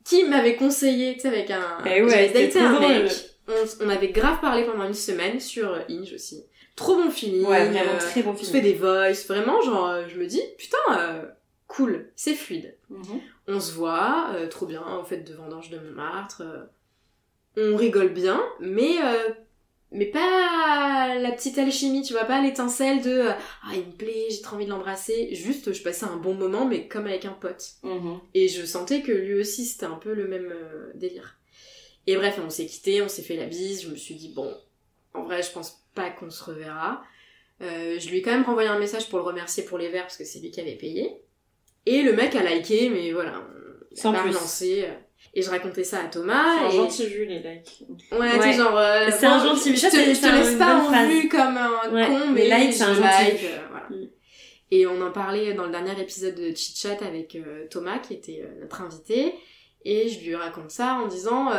[SPEAKER 1] qui m'avait conseillé, tu sais, avec un.
[SPEAKER 2] Eh ouais,
[SPEAKER 1] j'avais
[SPEAKER 2] c'était euh.
[SPEAKER 1] daté un
[SPEAKER 2] trop drôle.
[SPEAKER 1] mec. On, on avait grave parlé pendant une semaine sur euh, Inge aussi. Trop bon feeling.
[SPEAKER 2] Ouais, vraiment
[SPEAKER 1] euh,
[SPEAKER 2] très bon
[SPEAKER 1] on se fait
[SPEAKER 2] film.
[SPEAKER 1] des voices, vraiment, genre, euh, je me dis, putain, euh, cool, c'est fluide.
[SPEAKER 3] Mhm.
[SPEAKER 1] On se voit, euh, trop bien, en fait, de vendange de Montmartre. euh, on rigole bien, mais. euh, mais pas la petite alchimie, tu vois, pas l'étincelle de euh, Ah, il me plaît, j'ai trop envie de l'embrasser. Juste, je passais un bon moment, mais comme avec un pote.
[SPEAKER 3] Mhm.
[SPEAKER 1] Et je sentais que lui aussi, c'était un peu le même euh, délire. Et bref, on s'est quitté, on s'est fait la bise. Je me suis dit, bon, en vrai, je pense pas qu'on se reverra. Euh, je lui ai quand même renvoyé un message pour le remercier pour les verres parce que c'est lui qui avait payé. Et le mec a liké, mais voilà, on
[SPEAKER 2] Sans
[SPEAKER 1] l'a pas
[SPEAKER 2] plus.
[SPEAKER 1] relancé. Et je racontais ça à
[SPEAKER 3] C'est
[SPEAKER 1] Thomas.
[SPEAKER 3] un
[SPEAKER 1] Ah, et...
[SPEAKER 3] gentil Jules les likes
[SPEAKER 1] Ouais, tu
[SPEAKER 2] Ouais.
[SPEAKER 1] sais, genre. euh,
[SPEAKER 2] C'est un
[SPEAKER 1] bon,
[SPEAKER 2] gentil-
[SPEAKER 1] Je
[SPEAKER 2] ça,
[SPEAKER 1] te,
[SPEAKER 2] c'est-
[SPEAKER 1] je te
[SPEAKER 2] c'est
[SPEAKER 1] laisse
[SPEAKER 2] une
[SPEAKER 1] pas
[SPEAKER 2] bonne
[SPEAKER 1] en
[SPEAKER 2] phrase.
[SPEAKER 1] vue comme un
[SPEAKER 2] Ouais,
[SPEAKER 1] con,
[SPEAKER 2] mais
[SPEAKER 1] mais.
[SPEAKER 2] like,
[SPEAKER 1] je
[SPEAKER 2] c'est un gentil.
[SPEAKER 1] like, euh, voilà.
[SPEAKER 2] Mm.
[SPEAKER 1] Et on en parlait dans le dernier épisode de Chit Chat avec euh, Thomas, qui était euh, notre invité. Et je lui raconte ça en disant. euh,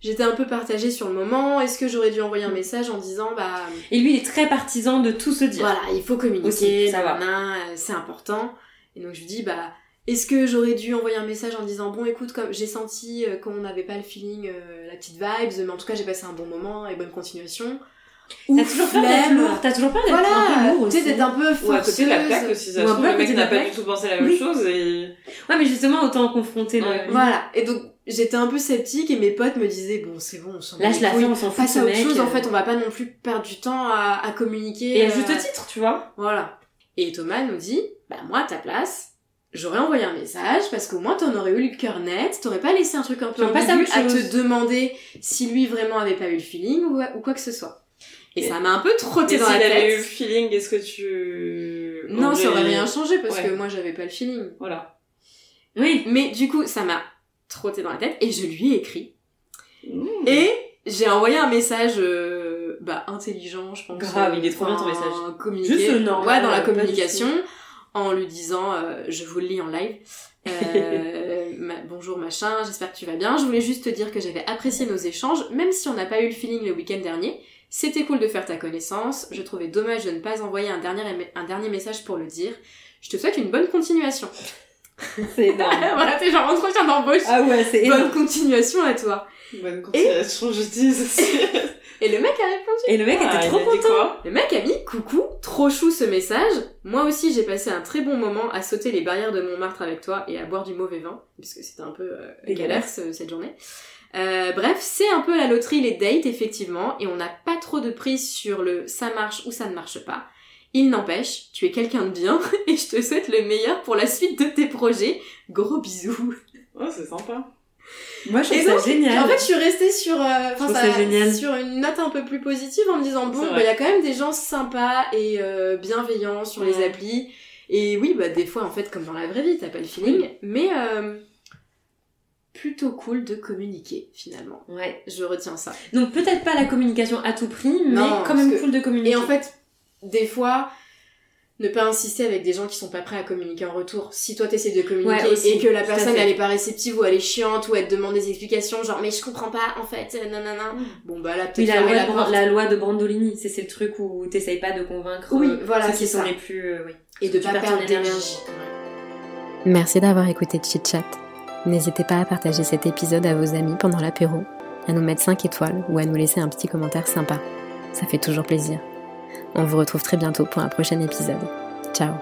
[SPEAKER 1] J'étais un peu partagée sur le moment. Est-ce que j'aurais dû
[SPEAKER 2] Mm.
[SPEAKER 1] envoyer un message en disant bah
[SPEAKER 2] Et lui, il est très partisan de tout se dire.
[SPEAKER 1] voilà il faut communiquer,
[SPEAKER 2] Aussi, ça va.
[SPEAKER 1] nanana, euh, c'est important. Et donc je lui dis bah est-ce que j'aurais dû envoyer un message en disant bon écoute comme j'ai senti euh, qu'on n'avait pas le feeling, euh, la petite vibes, mais en tout cas j'ai passé un bon moment et bonne continuation. Ou
[SPEAKER 2] T'as toujours peur d'être
[SPEAKER 1] flemme.
[SPEAKER 2] lourd, t'as toujours peur d'être un peu
[SPEAKER 1] Voilà,
[SPEAKER 2] lourd
[SPEAKER 1] tu sais,
[SPEAKER 2] aussi. hein.
[SPEAKER 1] d'être un peu
[SPEAKER 3] ou à côté de la plaque
[SPEAKER 1] forceuse.
[SPEAKER 3] aussi ça
[SPEAKER 2] Ou
[SPEAKER 3] se
[SPEAKER 2] un
[SPEAKER 3] trouve
[SPEAKER 2] peu à
[SPEAKER 3] le mec
[SPEAKER 2] côté de la
[SPEAKER 3] n'a pas
[SPEAKER 2] plaque.
[SPEAKER 3] du tout pensé la même
[SPEAKER 2] Oui.
[SPEAKER 3] chose et
[SPEAKER 2] Ouais, Ah, mais justement, autant confronter
[SPEAKER 3] Ouais.
[SPEAKER 2] le...
[SPEAKER 1] Voilà, et donc j'étais un peu sceptique et mes potes me disaient bon c'est bon on s'en bat
[SPEAKER 2] Lâche
[SPEAKER 1] les
[SPEAKER 2] la
[SPEAKER 1] couilles.
[SPEAKER 2] fin, on s'en fout
[SPEAKER 1] Passe à
[SPEAKER 2] ce
[SPEAKER 1] autre
[SPEAKER 2] mec,
[SPEAKER 1] chose en
[SPEAKER 2] euh,
[SPEAKER 1] fait on va pas non plus perdre du temps à, à communiquer.
[SPEAKER 2] Et à
[SPEAKER 1] euh,
[SPEAKER 2] juste titre, tu vois.
[SPEAKER 1] Voilà. Et Thomas nous dit, bah moi à ta place, j'aurais envoyé un message parce qu'au moins t'en aurais eu le cœur net, t'aurais pas laissé un truc un peu
[SPEAKER 2] T'aurais pas
[SPEAKER 1] ambigu
[SPEAKER 2] fait
[SPEAKER 1] à
[SPEAKER 2] autre chose.
[SPEAKER 1] te demander si lui vraiment avait pas eu le feeling ou, ou quoi que ce soit. Et, ça m'a un peu trotté
[SPEAKER 3] et
[SPEAKER 1] dans la
[SPEAKER 3] s'il avait eu le
[SPEAKER 1] tête.
[SPEAKER 3] feeling est-ce que tu
[SPEAKER 1] Non, ça aurait
[SPEAKER 3] Aurait-
[SPEAKER 1] rien changé parce
[SPEAKER 3] Ouais.
[SPEAKER 1] que moi j'avais pas le feeling.
[SPEAKER 3] voilà
[SPEAKER 2] Oui.
[SPEAKER 1] Mais du coup, ça m'a trotté dans la tête et je lui ai écrit.
[SPEAKER 3] Mmh.
[SPEAKER 1] Et j'ai envoyé un message euh, bah, intelligent, je pense.
[SPEAKER 2] Grave, il est trop bien, ton
[SPEAKER 1] enfin,
[SPEAKER 2] message.
[SPEAKER 1] communiqué.
[SPEAKER 2] Juste normal,
[SPEAKER 1] Ouais,
[SPEAKER 2] euh,
[SPEAKER 1] dans la
[SPEAKER 2] pas du
[SPEAKER 1] communication, en lui disant euh, Je vous le lis en live. Euh, ma- bonjour machin, j'espère que tu vas bien. Je voulais juste te dire que j'avais apprécié nos échanges, même si on n'a pas eu le feeling le week-end dernier. C'était cool de faire ta connaissance. Je trouvais dommage de ne pas envoyer un dernier, un dernier message pour le dire. Je te souhaite une bonne continuation.
[SPEAKER 2] C'est énorme.
[SPEAKER 1] voilà, t'es genre entretien d'embauche.
[SPEAKER 2] ah ouais, c'est
[SPEAKER 1] bonne
[SPEAKER 2] énorme.
[SPEAKER 1] continuation à toi.
[SPEAKER 3] bonne continuation je dis aussi
[SPEAKER 1] Et le mec a répondu.
[SPEAKER 2] Et le mec
[SPEAKER 3] Ah,
[SPEAKER 2] était
[SPEAKER 3] il
[SPEAKER 2] trop
[SPEAKER 3] a dit
[SPEAKER 2] content.
[SPEAKER 3] quoi
[SPEAKER 1] Le mec a mis coucou, trop chou ce message. Moi aussi j'ai passé un très bon moment à sauter les barrières de Montmartre avec toi et à boire du mauvais vin, puisque c'était un peu euh,
[SPEAKER 2] Des
[SPEAKER 1] galère ce- cette journée. Euh, bref, c'est un peu la loterie les dates effectivement, et on n'a pas trop de prise sur le ça marche ou ça ne marche pas. Il n'empêche, tu es quelqu'un de bien et je te souhaite le meilleur pour la suite de tes projets. Gros bisous.
[SPEAKER 3] Oh, c'est sympa.
[SPEAKER 2] Moi, je
[SPEAKER 1] Et
[SPEAKER 2] trouve ça
[SPEAKER 1] donc,
[SPEAKER 2] génial.
[SPEAKER 1] En fait, je suis restée sur, euh, enfin,
[SPEAKER 2] trouve
[SPEAKER 1] ça-
[SPEAKER 2] ça génial.
[SPEAKER 1] sur une note un peu plus positive en me disant bon,
[SPEAKER 3] C'est
[SPEAKER 1] bah, il
[SPEAKER 3] vrai.
[SPEAKER 1] y a quand même des gens sympas et euh, bienveillants sur les
[SPEAKER 2] Ouais.
[SPEAKER 1] applis. Et oui, bah des fois, en fait, comme dans la vraie vie, t'as pas le feeling, mais euh, plutôt cool de communiquer finalement.
[SPEAKER 2] Ouais.
[SPEAKER 1] Je retiens ça.
[SPEAKER 2] Donc peut-être pas la communication à tout prix, mais
[SPEAKER 1] Non,
[SPEAKER 2] quand
[SPEAKER 1] parce
[SPEAKER 2] même
[SPEAKER 1] que-
[SPEAKER 2] cool de communiquer.
[SPEAKER 1] Et en fait, des fois, ne pas insister avec des gens qui sont pas prêts à communiquer en retour. Si toi t'essayes de communiquer
[SPEAKER 2] Ouais, aussi,
[SPEAKER 1] et que la
[SPEAKER 2] tout à
[SPEAKER 1] personne
[SPEAKER 2] fait.
[SPEAKER 1] elle est pas réceptive ou elle est chiante ou elle te demande des explications, genre mais je comprends pas en fait, euh, nanana. Bon bah là
[SPEAKER 2] Mm. Oui,
[SPEAKER 1] peut-être
[SPEAKER 2] la, loi
[SPEAKER 1] fermer la
[SPEAKER 2] de,
[SPEAKER 1] porte.
[SPEAKER 2] la loi de Brandolini, c'est c'est le truc où t'essayes pas de convaincre
[SPEAKER 1] Oui,
[SPEAKER 2] euh,
[SPEAKER 1] voilà,
[SPEAKER 2] ceux qui
[SPEAKER 1] c'est
[SPEAKER 2] sont
[SPEAKER 1] ça.
[SPEAKER 2] les plus. euh, oui.
[SPEAKER 1] et de
[SPEAKER 2] Tu
[SPEAKER 1] pas
[SPEAKER 2] perds ton
[SPEAKER 1] perdre
[SPEAKER 2] énergie.
[SPEAKER 1] d'énergie.
[SPEAKER 5] Merci d'avoir écouté Chit Chat. N'hésitez pas à partager cet épisode à vos amis pendant l'apéro, à nous mettre 5 étoiles ou à nous laisser un petit commentaire sympa. Ça fait toujours plaisir. On vous retrouve très bientôt pour un prochain épisode. Ciao